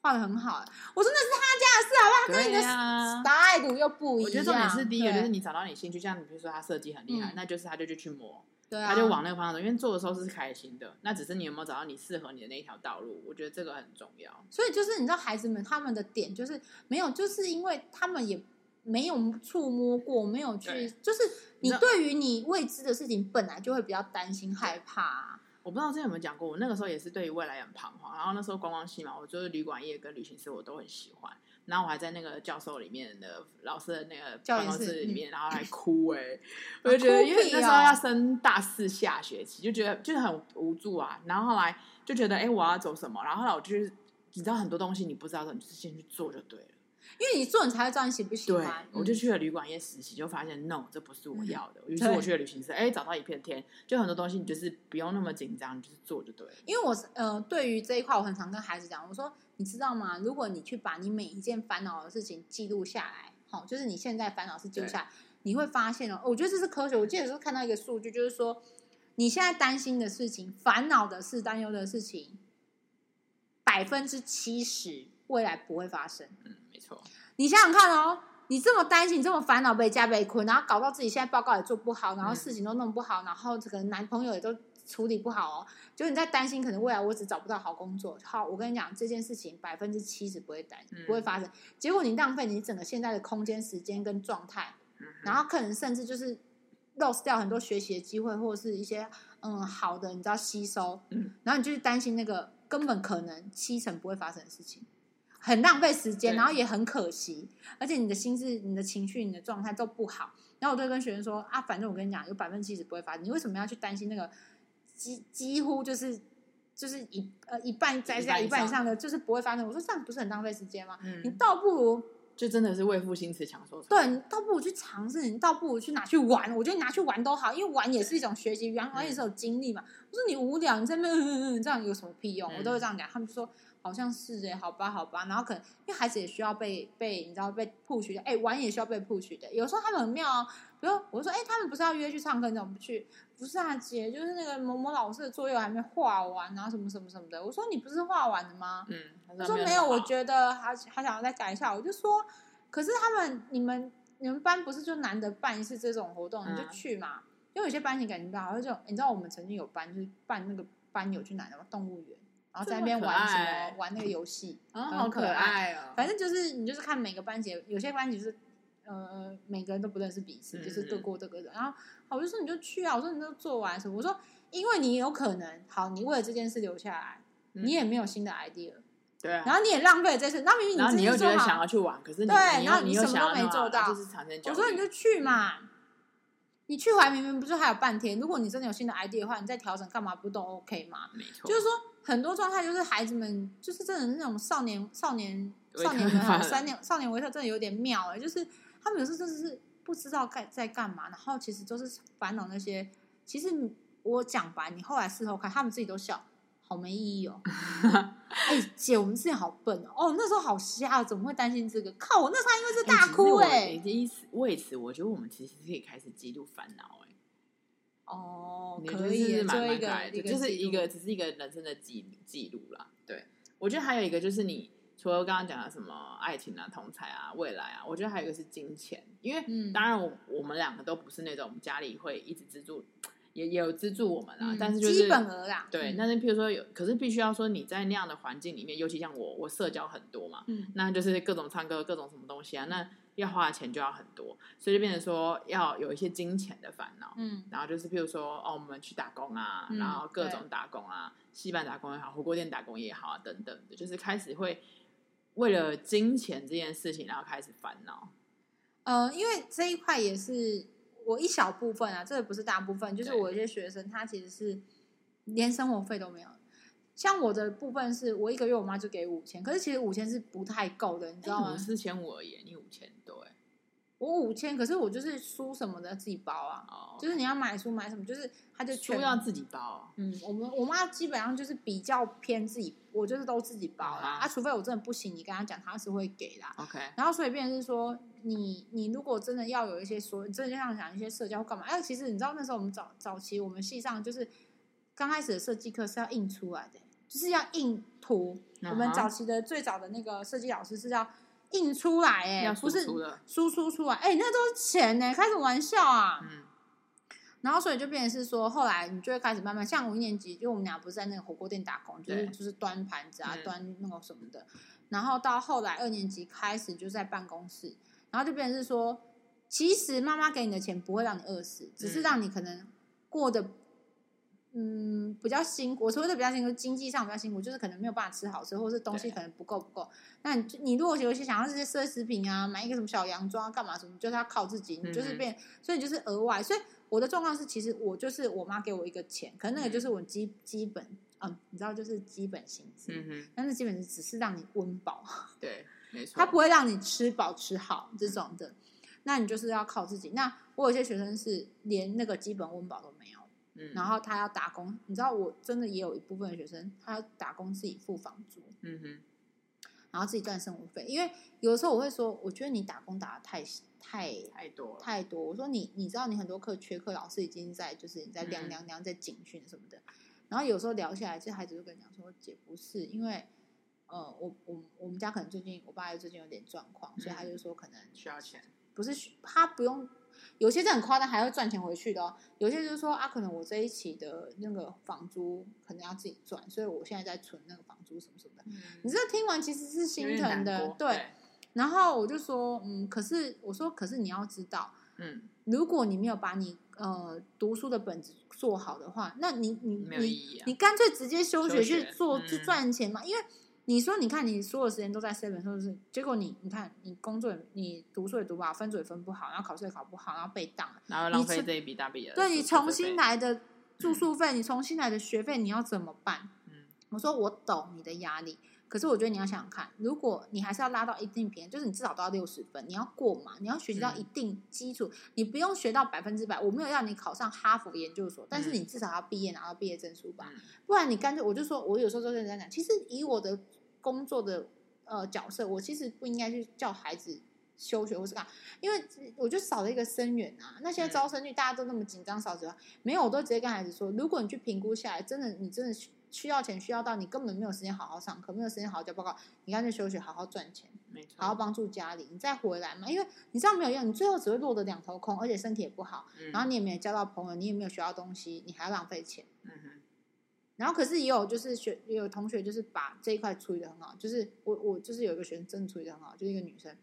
Speaker 2: 画的很好、啊。啊我说那是他家的事，好不好？跟你
Speaker 1: 对
Speaker 2: 的
Speaker 1: 呀、
Speaker 2: 答案度又不一样。
Speaker 1: 我觉得重点是第一个
Speaker 2: 对
Speaker 1: 就是你找到你兴趣，像你比如说他设计很厉害，
Speaker 2: 嗯
Speaker 1: 那就是他就去去磨，
Speaker 2: 对啊，
Speaker 1: 他就往那个方向走，因为做的时候是开心的，那只是你有没有找到你适合你的那一条道路，我觉得这个很重要。
Speaker 2: 所以就是你知道孩子们他们的点就是没有，就是因为他们也没有触摸过，没有去
Speaker 1: 对，
Speaker 2: 就是
Speaker 1: 你
Speaker 2: 你
Speaker 1: 知道
Speaker 2: 对于你未知的事情本来就会比较担心害怕啊、
Speaker 1: 我不知道之前有没有讲过，我那个时候也是对于未来很彷徨。然后那时候观光系嘛，我就是旅馆业跟旅行社我都很喜欢。然后我还在那个教授里面的老师的那个
Speaker 2: 教
Speaker 1: 办
Speaker 2: 研
Speaker 1: 公
Speaker 2: 室
Speaker 1: 室里
Speaker 2: 嗯
Speaker 1: 面，然后还哭哎、 我就觉得
Speaker 2: 哭
Speaker 1: 因为
Speaker 2: 屁
Speaker 1: 那时
Speaker 2: 哦
Speaker 1: 候要升大四下学期，就觉得就是很无助啊。然后后来就觉得哎、诶我要走什么？然后后来我就是你知道很多东西你不知道的，你就是先去做就对了。
Speaker 2: 因为你做，你才会知道你喜不喜
Speaker 1: 对
Speaker 2: 欢。，
Speaker 1: 我就去了旅馆业实习，就发现 no，这不是我
Speaker 2: 嗯
Speaker 1: 要的。于是
Speaker 2: 对
Speaker 1: 我去了旅行社，哎，找到一片天，就很多东西你就是不用那么紧张，你就是做就对了。
Speaker 2: 因为我是呃，对于这一块，我很常跟孩子讲，我说你知道吗？如果你去把你每一件烦恼的事情记录下来，好、就是你现在烦恼是记录下来，你会发现哦，我觉得这是科学。我记得有时候看到一个数据，就是说你现在担心的事情、烦恼的事、担忧的事情，百分之七十未来不会发生。
Speaker 1: 嗯，没错，
Speaker 2: 你想想看哦，你这么担心，你这么烦恼，被加被困，然后搞到自己现在报告也做不好，然后
Speaker 1: 嗯
Speaker 2: 事情都弄不好，然后这个男朋友也都处理不好哦。就是你在担心，可能未来我只找不到好工作。好，我跟你讲，这件事情百分之七十不会担，
Speaker 1: 嗯
Speaker 2: 不会发生。结果你浪费你整个现在的空间、时间跟状态，
Speaker 1: 嗯哼
Speaker 2: 然后可能甚至就是 lost 掉很多学习的机会，或者是一些嗯好的，你知道吸收，
Speaker 1: 嗯，
Speaker 2: 然后你就是担心那个根本可能七成不会发生的事情，很浪费时间，
Speaker 1: 对
Speaker 2: 然后也很可惜，而且你的心智、你的情绪、你的状态都不好。然后我都会跟学生说啊，反正我跟你讲，有百分之七十不会发生，你为什么要去担心那个几几乎就是就是一呃一半再加
Speaker 1: 一半以
Speaker 2: 一半以
Speaker 1: 上
Speaker 2: 上的，就是不会发生？我说这样不是很浪费时间吗？你
Speaker 1: 嗯，
Speaker 2: 倒不如
Speaker 1: 就真的是为赋新词强说愁。
Speaker 2: 对，你倒不如去尝试，你倒不如去拿去玩。我觉得拿去玩都好，因为玩也是一种学习，玩玩也是有经历嘛。我说你无聊，你在那边、嗯嗯嗯、这样有什么屁用？我都会这样讲，他们就说好像是哎、好吧好吧。然后可能因为孩子也需要被被你知道被 push 的，哎、玩也需要被 push 的。有时候他们很妙、哦，比如我说哎、他们不是要约去唱歌，你怎么不去？不是啊姐，就是那个某某老师的作业我还没画完，然后什么什么什么的。我说你不是画完了吗？
Speaker 1: 嗯，
Speaker 2: 他
Speaker 1: 他
Speaker 2: 说没有，我觉得还还想要再改一下。我就说，可是他们你们你们班不是就难得办一次这种活动，你就
Speaker 1: 嗯
Speaker 2: 去嘛。因为有些班你感觉不到，而且你知道我们曾经有班就是办那个班友去哪的吗？动物园，然后在那边
Speaker 1: 这么可
Speaker 2: 玩什
Speaker 1: 爱
Speaker 2: 么玩那个游戏，
Speaker 1: 得啊，
Speaker 2: 很
Speaker 1: 好
Speaker 2: 可
Speaker 1: 可
Speaker 2: 爱
Speaker 1: 爱哦。
Speaker 2: 反正就是你就是看每个班级，有些班级就是呃每个人都不认识彼此，就是各
Speaker 1: 嗯
Speaker 2: 过各个人。然后好，我就说你就去啊，我说你都做完什么？我说因为你有可能好，你为了这件事留下来，
Speaker 1: 嗯
Speaker 2: 你也没有新的 idea。
Speaker 1: 对啊，
Speaker 2: 然后你也浪费了这次，那明明
Speaker 1: 然后
Speaker 2: 你
Speaker 1: 你
Speaker 2: 自
Speaker 1: 又
Speaker 2: 己
Speaker 1: 觉得
Speaker 2: 做
Speaker 1: 想
Speaker 2: 好，
Speaker 1: 要去玩，可是你
Speaker 2: 对
Speaker 1: 你
Speaker 2: 然后
Speaker 1: 又
Speaker 2: 你
Speaker 1: 你又
Speaker 2: 什么
Speaker 1: 想
Speaker 2: 都
Speaker 1: 要
Speaker 2: 没
Speaker 1: 那
Speaker 2: 做
Speaker 1: 啊
Speaker 2: 到
Speaker 1: 就是产生焦
Speaker 2: 我
Speaker 1: 虑。
Speaker 2: 说你就去嘛，你去还明明不是还有半天，如果你真的有新的 idea 的话，你再调整干嘛不都 OK 吗？
Speaker 1: 没错，
Speaker 2: 就是说很多状态就是孩子们就是真的那种少年少年
Speaker 1: 维特
Speaker 2: 少年们啊
Speaker 1: 法
Speaker 2: 少年少年维特真的有点妙哎、就是他们有时候真的是不知道该在干嘛，然后其实都是烦恼那些。其实你我讲白，你后来事后看，他们自己都笑，好没意 义哦。哎、姐，我们之前好笨哦，哦那时候好瞎哦，怎么会担心这个？靠，我那时候因为是
Speaker 1: 哎
Speaker 2: 大哭哎、
Speaker 1: 其实我为此为此，我觉得我们其实可以开始记录烦恼哎。
Speaker 2: 哦，
Speaker 1: 我觉
Speaker 2: 可
Speaker 1: 得这
Speaker 2: 以
Speaker 1: 是
Speaker 2: 耶
Speaker 1: 蛮
Speaker 2: 做一
Speaker 1: 蛮可
Speaker 2: 个
Speaker 1: 爱的，
Speaker 2: 个
Speaker 1: 就是
Speaker 2: 记
Speaker 1: 一
Speaker 2: 录
Speaker 1: 个只是一个人生的记记录啦。对，我觉得还有一个就是你除了刚刚讲的什么爱情啊、同财啊、未来啊，我觉得还有一个是金钱，因为
Speaker 2: 嗯
Speaker 1: 当然我我们两个都不是那种家里会一直资助，也也有资助我们啊，
Speaker 2: 嗯
Speaker 1: 但是就是
Speaker 2: 基本额啦。
Speaker 1: 对，
Speaker 2: 嗯
Speaker 1: 但是譬如说有，可是必须要说你在那样的环境里面，尤其像我，我社交很多嘛，
Speaker 2: 嗯
Speaker 1: 那就是各种唱歌、各种什么东西啊，那要花的钱就要很多，所以就变成说要有一些金钱的烦恼。
Speaker 2: 嗯
Speaker 1: 然后就是譬如说，哦，我们去打工啊，
Speaker 2: 嗯
Speaker 1: 然后各种打工啊，戏班打工也好，火锅店打工也好啊，等等的，就是开始会为了金钱这件事情，然后开始烦恼。
Speaker 2: 呃，因为这一块也是我一小部分啊，这个不是大部分，就是
Speaker 1: 对
Speaker 2: 我有些学生他其实是连生活费都没有。像我的部分是我一个月我妈就给五千，可是其实五千是不太够的，你知道吗
Speaker 1: 我？四千五而已，哎你五千多哎，
Speaker 2: 我五千，可是我就是书什么的自己包啊，
Speaker 1: 哦，
Speaker 2: 就是你要买书买什么，就是他就全
Speaker 1: 书要自己包哦、
Speaker 2: 嗯，我们我妈基本上就是比较偏自己，我就是都自己包啦
Speaker 1: 啊。哈
Speaker 2: 啊，除非我真的不行，你跟她讲，她是会给啦。
Speaker 1: 嗯 OK，
Speaker 2: 然后所以变成是说，你你如果真的要有一些说，真的就像讲一些社交干嘛？哎，其实你知道那时候我们早早期我们系上就是刚开始的设计课是要印出来的，就是要印图。我们
Speaker 1: 嗯哼
Speaker 2: 早期的最早的那个设计老师是要印出来，哎，
Speaker 1: 要
Speaker 2: 不是
Speaker 1: 输出的，
Speaker 2: 输出出来，哎，那都是钱呢，开什么玩笑啊？
Speaker 1: 嗯
Speaker 2: 然后所以就变成是说，后来你就会开始慢慢，像我一年级，就我们俩不是在那个火锅店打工，就是
Speaker 1: 对
Speaker 2: 就是端盘子啊，
Speaker 1: 嗯
Speaker 2: 端那个什么的。然后到后来二年级开始就在办公室，然后就变成是说，其实妈妈给你的钱不会让你饿死，只是
Speaker 1: 嗯
Speaker 2: 让你可能过得嗯，比较辛苦，我所谓的比较辛苦，经济上比较辛苦，就是可能没有办法吃好吃，或者是东西
Speaker 1: 对
Speaker 2: 可能不够不够。那你就你如果有一些想要这些奢侈品啊，买一个什么小洋装啊，干嘛什么，就是要靠自己，你就是
Speaker 1: 嗯
Speaker 2: 变，所以你就是额外。所以我的状况是，其实我就是我妈给我一个钱，可能那个就是我基、基本，嗯，你知道就是基本薪资，
Speaker 1: 嗯
Speaker 2: 但是基本是只是让你温饱，
Speaker 1: 哼，对，没错，
Speaker 2: 它不会让你吃饱吃好这种的。那你就是要靠自己。那我有些学生是连那个基本温饱都没有。
Speaker 1: 嗯，
Speaker 2: 然后他要打工，你知道我真的也有一部分的学生，他要打工自己付房租，
Speaker 1: 嗯哼，
Speaker 2: 然后自己赚生活费。因为有的时候我会说，我觉得你打工打的太太
Speaker 1: 太多了，
Speaker 2: 太多。我说你你知道你很多课缺课，老师已经在就是你在量
Speaker 1: 嗯
Speaker 2: 量量在警讯什么的。然后有时候聊下来，这孩子就跟你讲说，姐不是因为。呃，我我我们家可能最近我爸最近有点状况，所以他
Speaker 1: 嗯
Speaker 2: 就说可能
Speaker 1: 需要钱，
Speaker 2: 不是需他不用，有些是很夸张，还会赚钱回去的哦。有些就是说啊，可能我这一期的那个房租可能要自己赚，所以我现在在存那个房租什么什么的。你这听完其实
Speaker 1: 嗯
Speaker 2: 是
Speaker 1: 有
Speaker 2: 嗯心
Speaker 1: 点
Speaker 2: 疼
Speaker 1: 难
Speaker 2: 的，
Speaker 1: 过
Speaker 2: 对。，然后我就说，嗯，可是我说，可是你要知道，
Speaker 1: 嗯，
Speaker 2: 如果你没有把你呃读书的本子做好的话，那你你
Speaker 1: 没有
Speaker 2: 你
Speaker 1: 意义啊
Speaker 2: 你，干脆直接休学
Speaker 1: 休学
Speaker 2: 去做
Speaker 1: 嗯
Speaker 2: 去赚钱嘛，因为你说你看你所有时间都在 seven，说是结果你你看你工作也你读书也读不好，分组也分不好，然后考试也考不好，然后被当了，
Speaker 1: 然后浪
Speaker 2: 你
Speaker 1: 费
Speaker 2: 重
Speaker 1: 这一笔大笔的，
Speaker 2: 对你重新
Speaker 1: 费，
Speaker 2: 来的住宿费，你重新来的学费，你要怎么办？
Speaker 1: 嗯
Speaker 2: 我说我懂你的压力，可是我觉得你要想想看，如果你还是要拉到一定平，就是你至少都要六十分，你要过嘛，你要学习到
Speaker 1: 嗯
Speaker 2: 一定基础，你不用学到百分之百。我没有要你考上哈佛研究所，但是
Speaker 1: 嗯
Speaker 2: 你至少要毕业拿到毕业证书吧，
Speaker 1: 嗯
Speaker 2: 不然你干脆我就说，我有时候就跟人家讲，其实以我的工作的呃角色，我其实不应该去叫孩子。休学或是干嘛，因为我就少了一个生源啊。那现在
Speaker 1: 嗯
Speaker 2: 招生率大家都那么紧张，少子化，没有，我都直接跟孩子说，如果你去评估下来，真的你真的需需要钱，需要到你根本没有时间好好上课，没有时间好好交报告，你干脆休学，好好赚钱，
Speaker 1: 没错，
Speaker 2: 好好帮助家里，你再回来嘛，因为你这样没有用，你最后只会落得两头空，而且身体也不好，
Speaker 1: 嗯，
Speaker 2: 然后你也没有交到朋友，你也没有学到东西，你还要浪费钱。
Speaker 1: 嗯哼，
Speaker 2: 然后可是也有就是学也有同学就是把这一块处理的很好，就是我我就是有一个学生真的处理的很好，就是一个女生，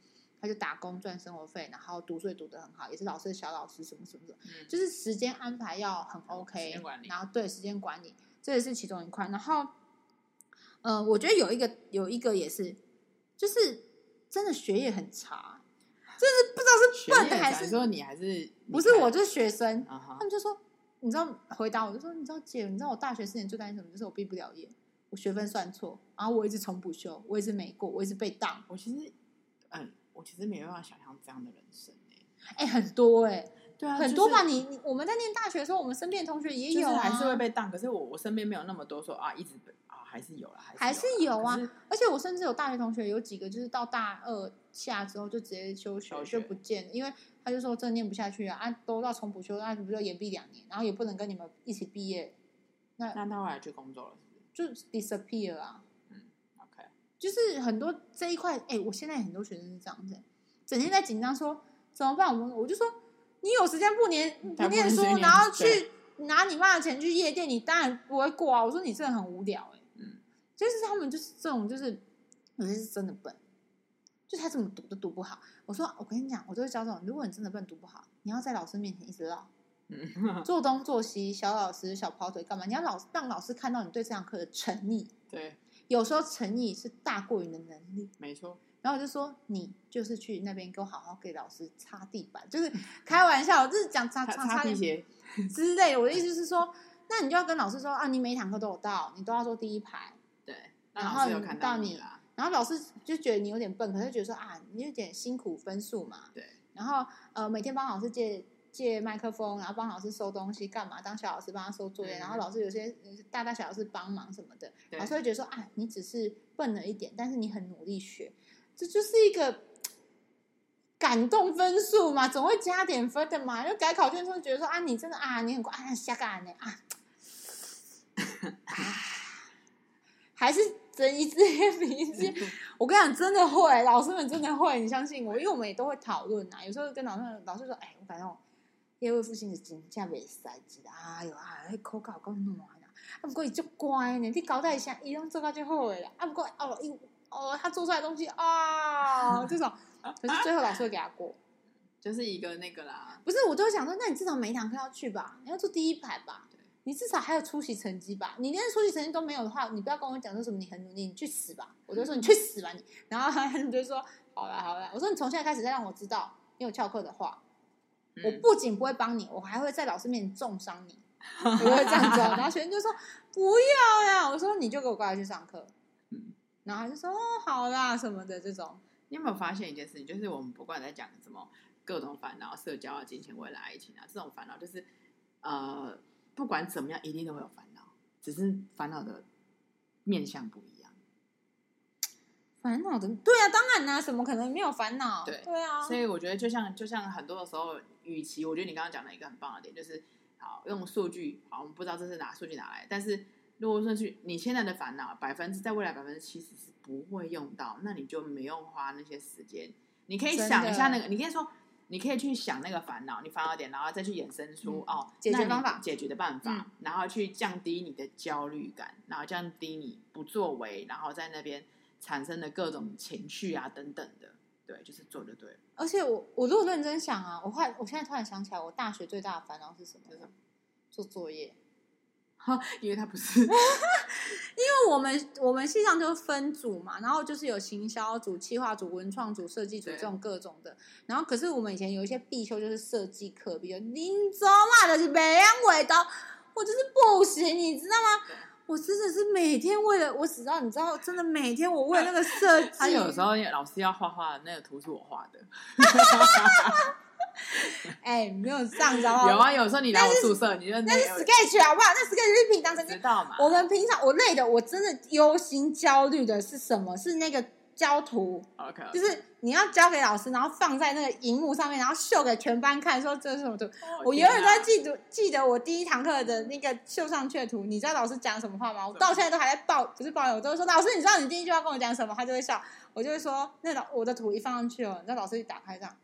Speaker 2: 她就打工赚生活费，然后读书也读得很好，也是老师的小老师什么什么什么，
Speaker 1: 嗯
Speaker 2: 就是时间安排要很 OK，
Speaker 1: 时间管理
Speaker 2: 然后对时间管理这也是其中一块。然后，呃，我觉得有一个有一个也是，就是真的学业很差，就是不知道是
Speaker 1: 学
Speaker 2: 笨
Speaker 1: 业
Speaker 2: 还
Speaker 1: 来
Speaker 2: 是
Speaker 1: 说你还是
Speaker 2: 不是我，就是学生，
Speaker 1: 啊哈
Speaker 2: 他，们就说，你知道回答我就说，你知道姐，你知道我大学四年最担心什么？就是我毕不了业，我学分算错，然后我一直重补修，我一直没过，我一直被当，
Speaker 1: 我其实，嗯，我其实没办法想象这样的人生欸
Speaker 2: 哎、很多哎、
Speaker 1: 对啊，
Speaker 2: 很
Speaker 1: 就
Speaker 2: 多
Speaker 1: 是
Speaker 2: 吧？你你我们在念大学的时候，我们身边的同学也
Speaker 1: 就
Speaker 2: 有、
Speaker 1: 是
Speaker 2: 啊，
Speaker 1: 还是会被当，可是我我身边没有那么多说啊，一直被啊，还是有啦，
Speaker 2: 还
Speaker 1: 是
Speaker 2: 是有
Speaker 1: 啦
Speaker 2: 啊
Speaker 1: 可是
Speaker 2: 而且我甚至有大学同学，有几个就是到大二下之后就直接休学，
Speaker 1: 休学
Speaker 2: 就不见了，因为他就说真的念不下去啊，啊都到重补修，那、不就延毕两年，然后也不能跟你们一起毕业，
Speaker 1: 那他后来去工作了，是不是
Speaker 2: 就 disappear 啊，
Speaker 1: ？OK，
Speaker 2: 就是很多这一块，哎、我现在很多学生是这样子、整天在紧张说怎么办，我我就说你有时间不念
Speaker 1: 才不
Speaker 2: 不念
Speaker 1: 能去
Speaker 2: 书，
Speaker 1: 念
Speaker 2: 然后
Speaker 1: 对
Speaker 2: 去拿你妈的钱去夜店，你当然不会过啊，我说你真的很无聊哎、
Speaker 1: 嗯，
Speaker 2: 就是他们就是这种，就是有些是真的笨，就是他怎么读都读不好。我说我跟你讲，我就会教这种，如果你真的笨读不好，你要在老师面前一直唠，
Speaker 1: 嗯，
Speaker 2: 做东做西，小老师小跑腿干嘛？你要老让老师看到你对这堂课的诚意，
Speaker 1: 对，
Speaker 2: 有时候诚意是大过于你的能力。
Speaker 1: 没错，
Speaker 2: 然后我就说你就是去那边给我好好给老师擦地板，就是开玩笑，就是讲擦
Speaker 1: 擦
Speaker 2: 擦
Speaker 1: 擦
Speaker 2: 地
Speaker 1: 皮
Speaker 2: 板
Speaker 1: 鞋，
Speaker 2: 之类的。我的意思是说，那你就要跟老师说啊，你每一堂课都有到，你都要坐第一排。
Speaker 1: 对，那
Speaker 2: 然
Speaker 1: 老
Speaker 2: 后
Speaker 1: 师有
Speaker 2: 你
Speaker 1: 看
Speaker 2: 到
Speaker 1: 你
Speaker 2: 你
Speaker 1: 啦，
Speaker 2: 然后老师就觉得你有点笨，可是觉得说啊，你有点辛苦分数嘛。
Speaker 1: 对。
Speaker 2: 然后呃，每天帮老师借借麦克风，然后帮老师收东西，干嘛？当小老师帮他收作业，
Speaker 1: 嗯
Speaker 2: 然后老师有些呃大大小小事帮忙什么的，
Speaker 1: 对
Speaker 2: 老师会觉得说啊，你只是笨了一点，但是你很努力学，这就是一个。感动分数嘛，总会加点分的嘛。就改考卷的时候觉得说啊，你真的啊，你很乖啊，瞎干呢啊，还是睁一只眼闭一只眼。我跟你讲，真的会，老师们真的会，你相信我，因为我们也都会讨论啊。有时候跟老师老师说，哎、我感觉我业务复兴的真正袂使一啦，哎哟啊，迄口教够烂啦，啊不过伊足乖呢，你交代一下，伊拢做到最好诶啦，啊不过哦伊哦他做出来的东西啊、这种，可是最后老师会给他过。
Speaker 1: 就是一个那个啦，
Speaker 2: 不是，我都会想说，那你至少每一堂课要去吧，你要坐第一排吧
Speaker 1: 对。
Speaker 2: 你至少还有出席成绩吧？你连出席成绩都没有的话，你不要跟我讲说什么你很努力，你去死吧！我就说你去死吧你。然后他们就说好了好了，我说你从现在开始再让我知道你有翘课的话，
Speaker 1: 嗯
Speaker 2: 我不仅不会帮你，我还会在老师面前重伤你。我会这样子哦。然后学生就说不要呀，我说你就给我乖乖去上课。
Speaker 1: 嗯
Speaker 2: 然后他就说哦好啦什么的这种。
Speaker 1: 你有没有发现一件事情？就是我们不管在讲什么各种烦恼、社交啊、金钱、未来、爱情啊，这种烦恼就是呃，不管怎么样，一定都会有烦恼，只是烦恼的面向不一样。
Speaker 2: 烦恼的，对啊，当然啦、什么可能没有烦恼？
Speaker 1: 对
Speaker 2: 啊，
Speaker 1: 所以我觉得，就像就像很多的时候，与其我觉得你刚刚讲的一个很棒的点，就是好用数据，好，我们不知道这是哪数据哪来，但是如果说去你现在的烦恼百分之在未来百分之七十是不会用到，那你就没用花那些时间。你可以
Speaker 2: 真的
Speaker 1: 想一下那个，你可以说，你可以去想那个烦恼，你烦恼点，然后再去衍生出、
Speaker 2: 嗯
Speaker 1: 哦
Speaker 2: 解决
Speaker 1: 那你
Speaker 2: 方法
Speaker 1: 解决的办法，
Speaker 2: 嗯
Speaker 1: 然后去降低你的焦虑感，然后降低你不作为，然后在那边产生的各种情绪啊等等的，对，就是做就对了。
Speaker 2: 而且我我如果认真想啊，我后来我现在突然想起来，我大学最大的烦恼是什么
Speaker 1: 是什
Speaker 2: 呢
Speaker 1: 么？
Speaker 2: 做作业，
Speaker 1: 因为他不是
Speaker 2: 因为我们我们系上就分组嘛，然后就是有行销组、企划组、文创组、设计组
Speaker 1: 对
Speaker 2: 这种各种的。然后可是我们以前有一些必修就是设计课，比如林州嘛，就是每样尾刀，我就是不行，你知道吗
Speaker 1: 对？
Speaker 2: 我真的是每天为了我只知道，你知道，真的每天我为了那个 设计，
Speaker 1: 他有时候老师要画画，那个图是我画的。
Speaker 2: 哎、没有这样子好不好
Speaker 1: 有啊，有时候你来我宿舍，你就
Speaker 2: 那
Speaker 1: 那
Speaker 2: 是 sketch 好不好？那 sketch 是平常成绩
Speaker 1: 知道嘛？
Speaker 2: 我们平常我累的，我真的忧心焦虑的是什么？是那个交图，
Speaker 1: OK，
Speaker 2: 就是你要交给老师，然后放在那个荧幕上面，然后秀给全班看，说这是什么图。
Speaker 1: 哦
Speaker 2: 我啊永远都在记住记得我第一堂课的那个秀上去的图。你知道老师讲什么话吗？我
Speaker 1: 对
Speaker 2: 到现在都还在抱，不是抱怨，我都会说老师，你知道你第一句话跟我讲什么？他就会笑，我就会说那老我的图一放上去哦，你知道老师一打开这样，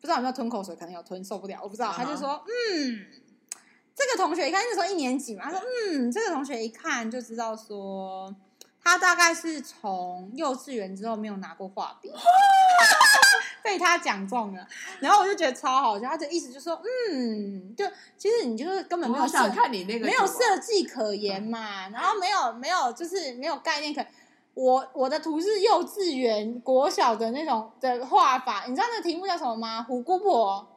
Speaker 2: 不知道有没有吞口水，可能有吞，受不了，我不知道。
Speaker 1: 嗯哼
Speaker 2: 他就说嗯。这个同学一看，那时候一年级嘛，他说：“嗯，这个同学一看就知道说，他大概是从幼稚园之后没有拿过画笔，被他讲中了。”然后我就觉得超好笑，他的意思就是说：“嗯，就其实你就是根本
Speaker 1: 我
Speaker 2: 没有
Speaker 1: 好
Speaker 2: 设，
Speaker 1: 想看你那个
Speaker 2: 没有
Speaker 1: 图啊
Speaker 2: 设计可言嘛，然后没有没有就是没有概念可。”我我的图是幼稚园、国小的那种的画法，你知道那个题目叫什么吗？虎姑婆。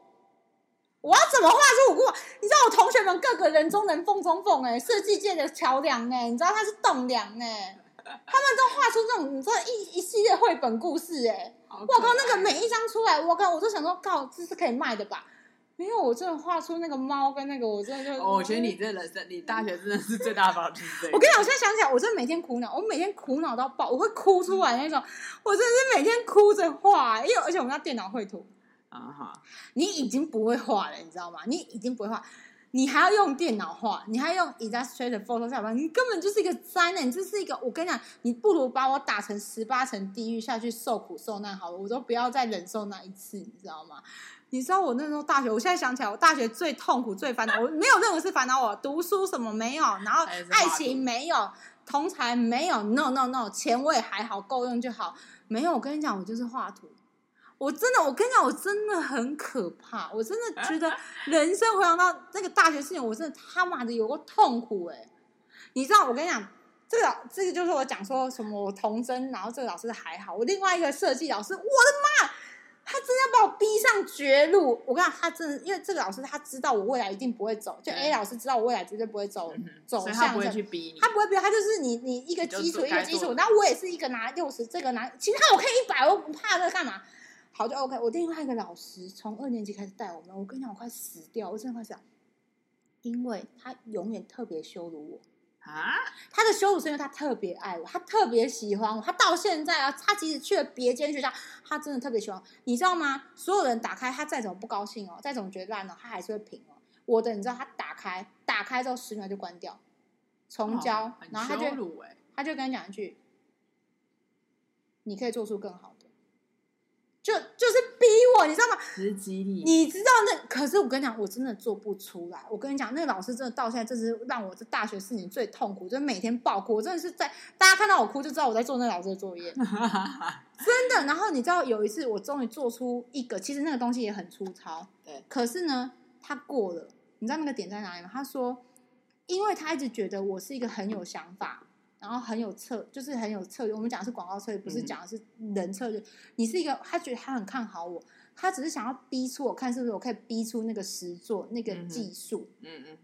Speaker 2: 我要怎么画出五姑？你知道我同学们各个人中人凤中凤哎、设计界的桥梁哎、你知道他是栋梁哎、他们都画出这种你知道一一系列绘本故事哎、
Speaker 1: 好可
Speaker 2: 我
Speaker 1: 爱
Speaker 2: 靠，那个每一张出来，我靠，我都想说，靠，这是可以卖的吧？没有，我真的画出那个猫跟那个，我真的就……
Speaker 1: 哦我觉得你这人生，你大学真的是最大的宝就是这个
Speaker 2: 我跟你讲，我现在想起来，我真的每天苦恼，我每天苦恼到爆，我会哭出来那种，我真的是每天哭着画，因为而且我们要电脑绘图，
Speaker 1: 啊哈，
Speaker 2: 你已经不会画了，你知道吗？你已经不会画，你还要用电脑画，你还要用 Illustrator、Photoshop，你根本就是一个灾难，你这是一个，我跟你讲，你不如把我打成十八层地狱下去受苦受难好了，我都不要再忍受那一次，你知道吗？你知道我那时候大学，我现在想起来，我大学最痛苦、最烦恼，我没有任何事烦恼我，读书什么没有，然后
Speaker 1: 还是画
Speaker 2: 爱
Speaker 1: 图
Speaker 2: 情没有，同才没有，no no no，钱我也还好，够用就好。没有，我跟你讲，我就是画图。我真的，我跟你讲，我真的很可怕。我真 的觉得人生回想到那个大学事情，我真的他妈的有过痛苦哎、你知道，我跟你讲，这个老这个就是我讲说什么我童真，然后这个老师还好，我另外一个设计老师，我的妈，他真的要把我逼上绝路。我跟你讲，他真的，因为这个老师他知道我未来一定不会走，
Speaker 1: 对
Speaker 2: 就 A 老师知道我未来绝对不会走
Speaker 1: 嗯哼
Speaker 2: 走
Speaker 1: 所以
Speaker 2: 向
Speaker 1: 他不会
Speaker 2: 这
Speaker 1: 去逼你
Speaker 2: 他，不会逼我，他就是你你一个基础
Speaker 1: 你就做
Speaker 2: 一个基
Speaker 1: 该做
Speaker 2: 础，
Speaker 1: 的
Speaker 2: 然后我也是一个拿六十，这个拿，其他我可以一百，我不怕这个干嘛？好就 OK。我另外一个老师从二年级开始带我们，我跟你讲，我快死掉，我真的快死掉，因为他永远特别羞辱我。
Speaker 1: 啊，
Speaker 2: 他的羞辱是因为他特别爱我，他特别喜欢我，他到现在啊，他即使去了别间学校，他真的特别喜欢我，你知道吗？所有人打开，他再怎么不高兴哦，再怎么觉得烂哦，他还是会评哦。我的，你知道，他打开，打开之后十秒就关掉，重交，
Speaker 1: 哦很
Speaker 2: 然后他就
Speaker 1: 羞辱哎，
Speaker 2: 他就跟你讲一句：“你可以做出更好的。就”就是逼我，你知道吗？
Speaker 1: 只是激励
Speaker 2: 你知道那？可是我跟你讲，我真的做不出来。我跟你讲，那个老师真的到现在，这是让我这大学四年最痛苦，就是每天爆哭。我真的是在大家看到我哭就知道我在做那老师的作业，真的。然后你知道有一次，我终于做出一个，其实那个东西也很粗糙，
Speaker 1: 对
Speaker 2: 可是呢，它过了。你知道那个点在哪里吗？他说，因为他一直觉得我是一个很有想法，然后很有策，就是很有策略。我们讲的是广告策略，不是
Speaker 1: 嗯
Speaker 2: 讲的是人策略。你是一个，他觉得他很看好我，他只是想要逼出我看是不是我可以逼出那个实作那个
Speaker 1: 嗯哼
Speaker 2: 技术。
Speaker 1: 嗯嗯，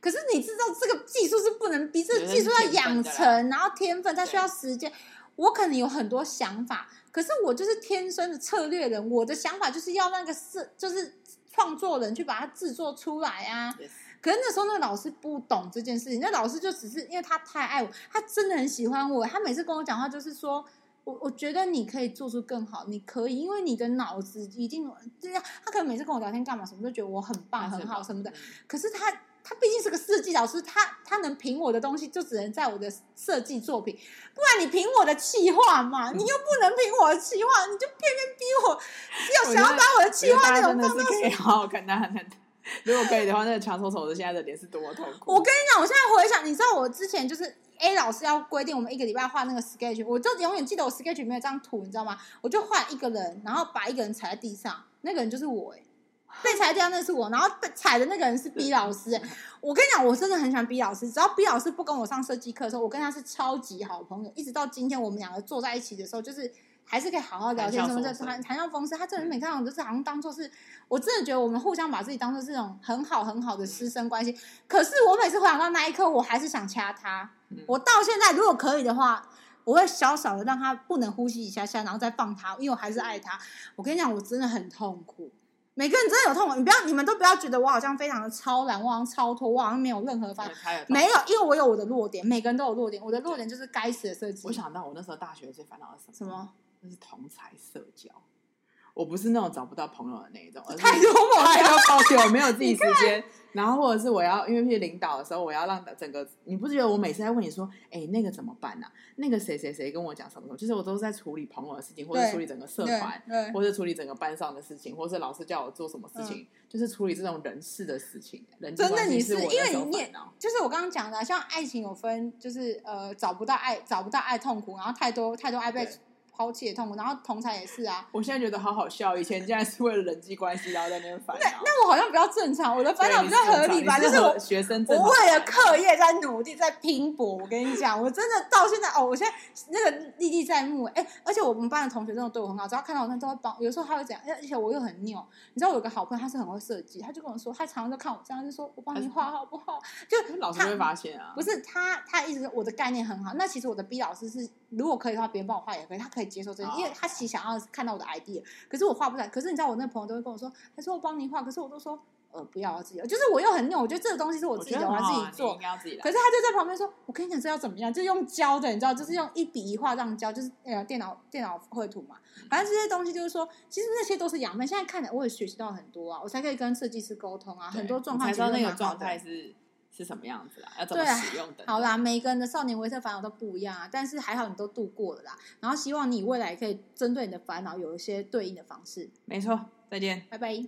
Speaker 2: 可是你知道这个技术是不能逼，这个
Speaker 1: 有
Speaker 2: 技术
Speaker 1: 人是天
Speaker 2: 要
Speaker 1: 分
Speaker 2: 养
Speaker 1: 的啦
Speaker 2: 成，然后天分，它
Speaker 1: 对
Speaker 2: 需要时间。我可能有很多想法，可是我就是天生的策略人，我的想法就是要那个是就是创作人去把它制作出来啊。
Speaker 1: Yes
Speaker 2: 可是那时候那个老师不懂这件事情，那老师就只是因为他太爱我，他真的很喜欢我，他每次跟我讲话就是说。我我觉得你可以做出更好，你可以，因为你的脑子已经这样。他可能每次跟我聊天干嘛什么，都觉得我很棒、很好什么的。
Speaker 1: 嗯
Speaker 2: 可是他他毕竟是个设计老师，他他能评我的东西就只能在我的设计作品，不然你评我的企划嘛，你又不能评我的企划，你就偏偏逼我只有想要把我的企划
Speaker 1: 大
Speaker 2: 内
Speaker 1: 家真
Speaker 2: 容
Speaker 1: 的
Speaker 2: 放
Speaker 1: 是
Speaker 2: 到。
Speaker 1: 可以好好看他看。如果可以的话，那个强手手的现在的脸是多么痛苦。
Speaker 2: 我跟你讲，我现在回想，你知道我之前就是。A 老师要规定我们一个礼拜画那个 sketch，我就永远记得我 sketch 里面有张图，你知道吗？我就画一个人，然后把一个人踩在地上，那个人就是我、欸，被踩在地上那是我，然后被踩的那个人是 B 老师、欸我跟你讲，我真的很喜欢 B 老师。只要 B 老师不跟我上设计课的时候，我跟他是超级好朋友，一直到今天我们两个坐在一起的时候，就是还是可以好好聊天
Speaker 1: 谈
Speaker 2: 什
Speaker 1: 笑
Speaker 2: 么的，
Speaker 1: 风生
Speaker 2: 谈谈笑风生。他真的每看到我就是好像当做是，我真的觉得我们互相把自己当做这种很好很好的师生关系。可是我每次回想到那一刻，我还是想掐他
Speaker 1: 嗯。
Speaker 2: 我到现在如果可以的话。我会小小的让他不能呼吸一下下，然后再放他，因为我还是爱他。我跟你讲，我真的很痛苦。每个人真的有痛苦，你不要，你们都不要觉得我好像非常的超然，我好像超脱，我好像没有任何方
Speaker 1: 对他有
Speaker 2: 没有，因为我有我的弱点，每个人都有弱点，我的弱点就是该死的设计。
Speaker 1: 我想到我那时候大学最烦恼的是
Speaker 2: 什？么？
Speaker 1: 那是同才社交。我不是那种找不到朋友的那一种，而是
Speaker 2: 太幽 默
Speaker 1: 太
Speaker 2: 了，
Speaker 1: 要抱歉，我没有自己时间。然后或者是我要，因为去领导的时候，我要让整个，你不觉得我每次在问你说，哎、那个怎么办啊？那个谁谁谁跟我讲什么什么，就是我都是在处理朋友的事情，或者
Speaker 2: 对
Speaker 1: 处理整个社
Speaker 2: 对
Speaker 1: 团，
Speaker 2: 对嗯
Speaker 1: 或者处理整个班上的事情，或是老师叫我做什么事情，就是处理这种人事的事情。人际
Speaker 2: 真的
Speaker 1: 关系
Speaker 2: 你
Speaker 1: 是
Speaker 2: 是
Speaker 1: 我
Speaker 2: 因
Speaker 1: 那
Speaker 2: 为
Speaker 1: 时候
Speaker 2: 你也
Speaker 1: 烦恼
Speaker 2: 就是我刚刚讲的啊，像爱情有分，就是呃找不到爱，找不到爱痛苦，然后太多太多爱被
Speaker 1: 对
Speaker 2: 抛弃的痛苦，然后同才也是啊。
Speaker 1: 我现在觉得好好笑，以前竟然是为了人际关系，然后在那边烦 恼。
Speaker 2: 但我好像比较正常，我的烦恼比较
Speaker 1: 对
Speaker 2: 合理吧，
Speaker 1: 你
Speaker 2: 就是我
Speaker 1: 合学生正
Speaker 2: 我
Speaker 1: 常
Speaker 2: 为了课业在努力，在拼搏。我跟你讲，我真的到现在哦，我现在那个历历在目。哎、而且我们班的同学真的对我很好，只要看到我，他都会帮。有时候他会讲，哎而且我又很拗。你知道我有个好朋友，他是很会设计，他就跟我说，他常常就看我这样，就说我帮你画好不好？就
Speaker 1: 老师
Speaker 2: 他
Speaker 1: 会发现啊，
Speaker 2: 不是他，他一直说我的概念很好。那其实我的 B 老师是，如果可以的话，别人帮我画也可以，他可以接受这些，
Speaker 1: 哦
Speaker 2: 因为他其实想要看到我的 idea。可是我画不出来。可是你知道，我那朋友都会跟我说，他说我帮你画，可是我都说呃不要，我自己有。就是我又很拗，我觉得这个东西是我
Speaker 1: 我
Speaker 2: 自己
Speaker 1: 觉
Speaker 2: 的，
Speaker 1: 得
Speaker 2: 我
Speaker 1: 很好
Speaker 2: 要
Speaker 1: 啊
Speaker 2: 自己做
Speaker 1: 你应。该要自己来
Speaker 2: 可。是他就在旁边说：“我跟你讲，这要怎么样？就是用教的，你知道，就是用一笔一画这样教，就是呃电脑电脑绘图嘛。反正这些东西就是说，其实那些都是养分。现在看来，我也学习到很多啊，我才可以跟设计师沟通啊，
Speaker 1: 对
Speaker 2: 很多状
Speaker 1: 你
Speaker 2: 况
Speaker 1: 才知道
Speaker 2: 其
Speaker 1: 那
Speaker 2: 实都
Speaker 1: 个
Speaker 2: 蛮好
Speaker 1: 状
Speaker 2: 的
Speaker 1: 态是是什么样子啦，要怎么
Speaker 2: 对啊
Speaker 1: 使用等等。
Speaker 2: 好啦，每个人的少年维特烦恼都不一样啊，但是还好你都度过了啦。然后希望你未来可以针对你的烦恼有一些对应的方式。
Speaker 1: 没错，再见。
Speaker 2: 拜拜。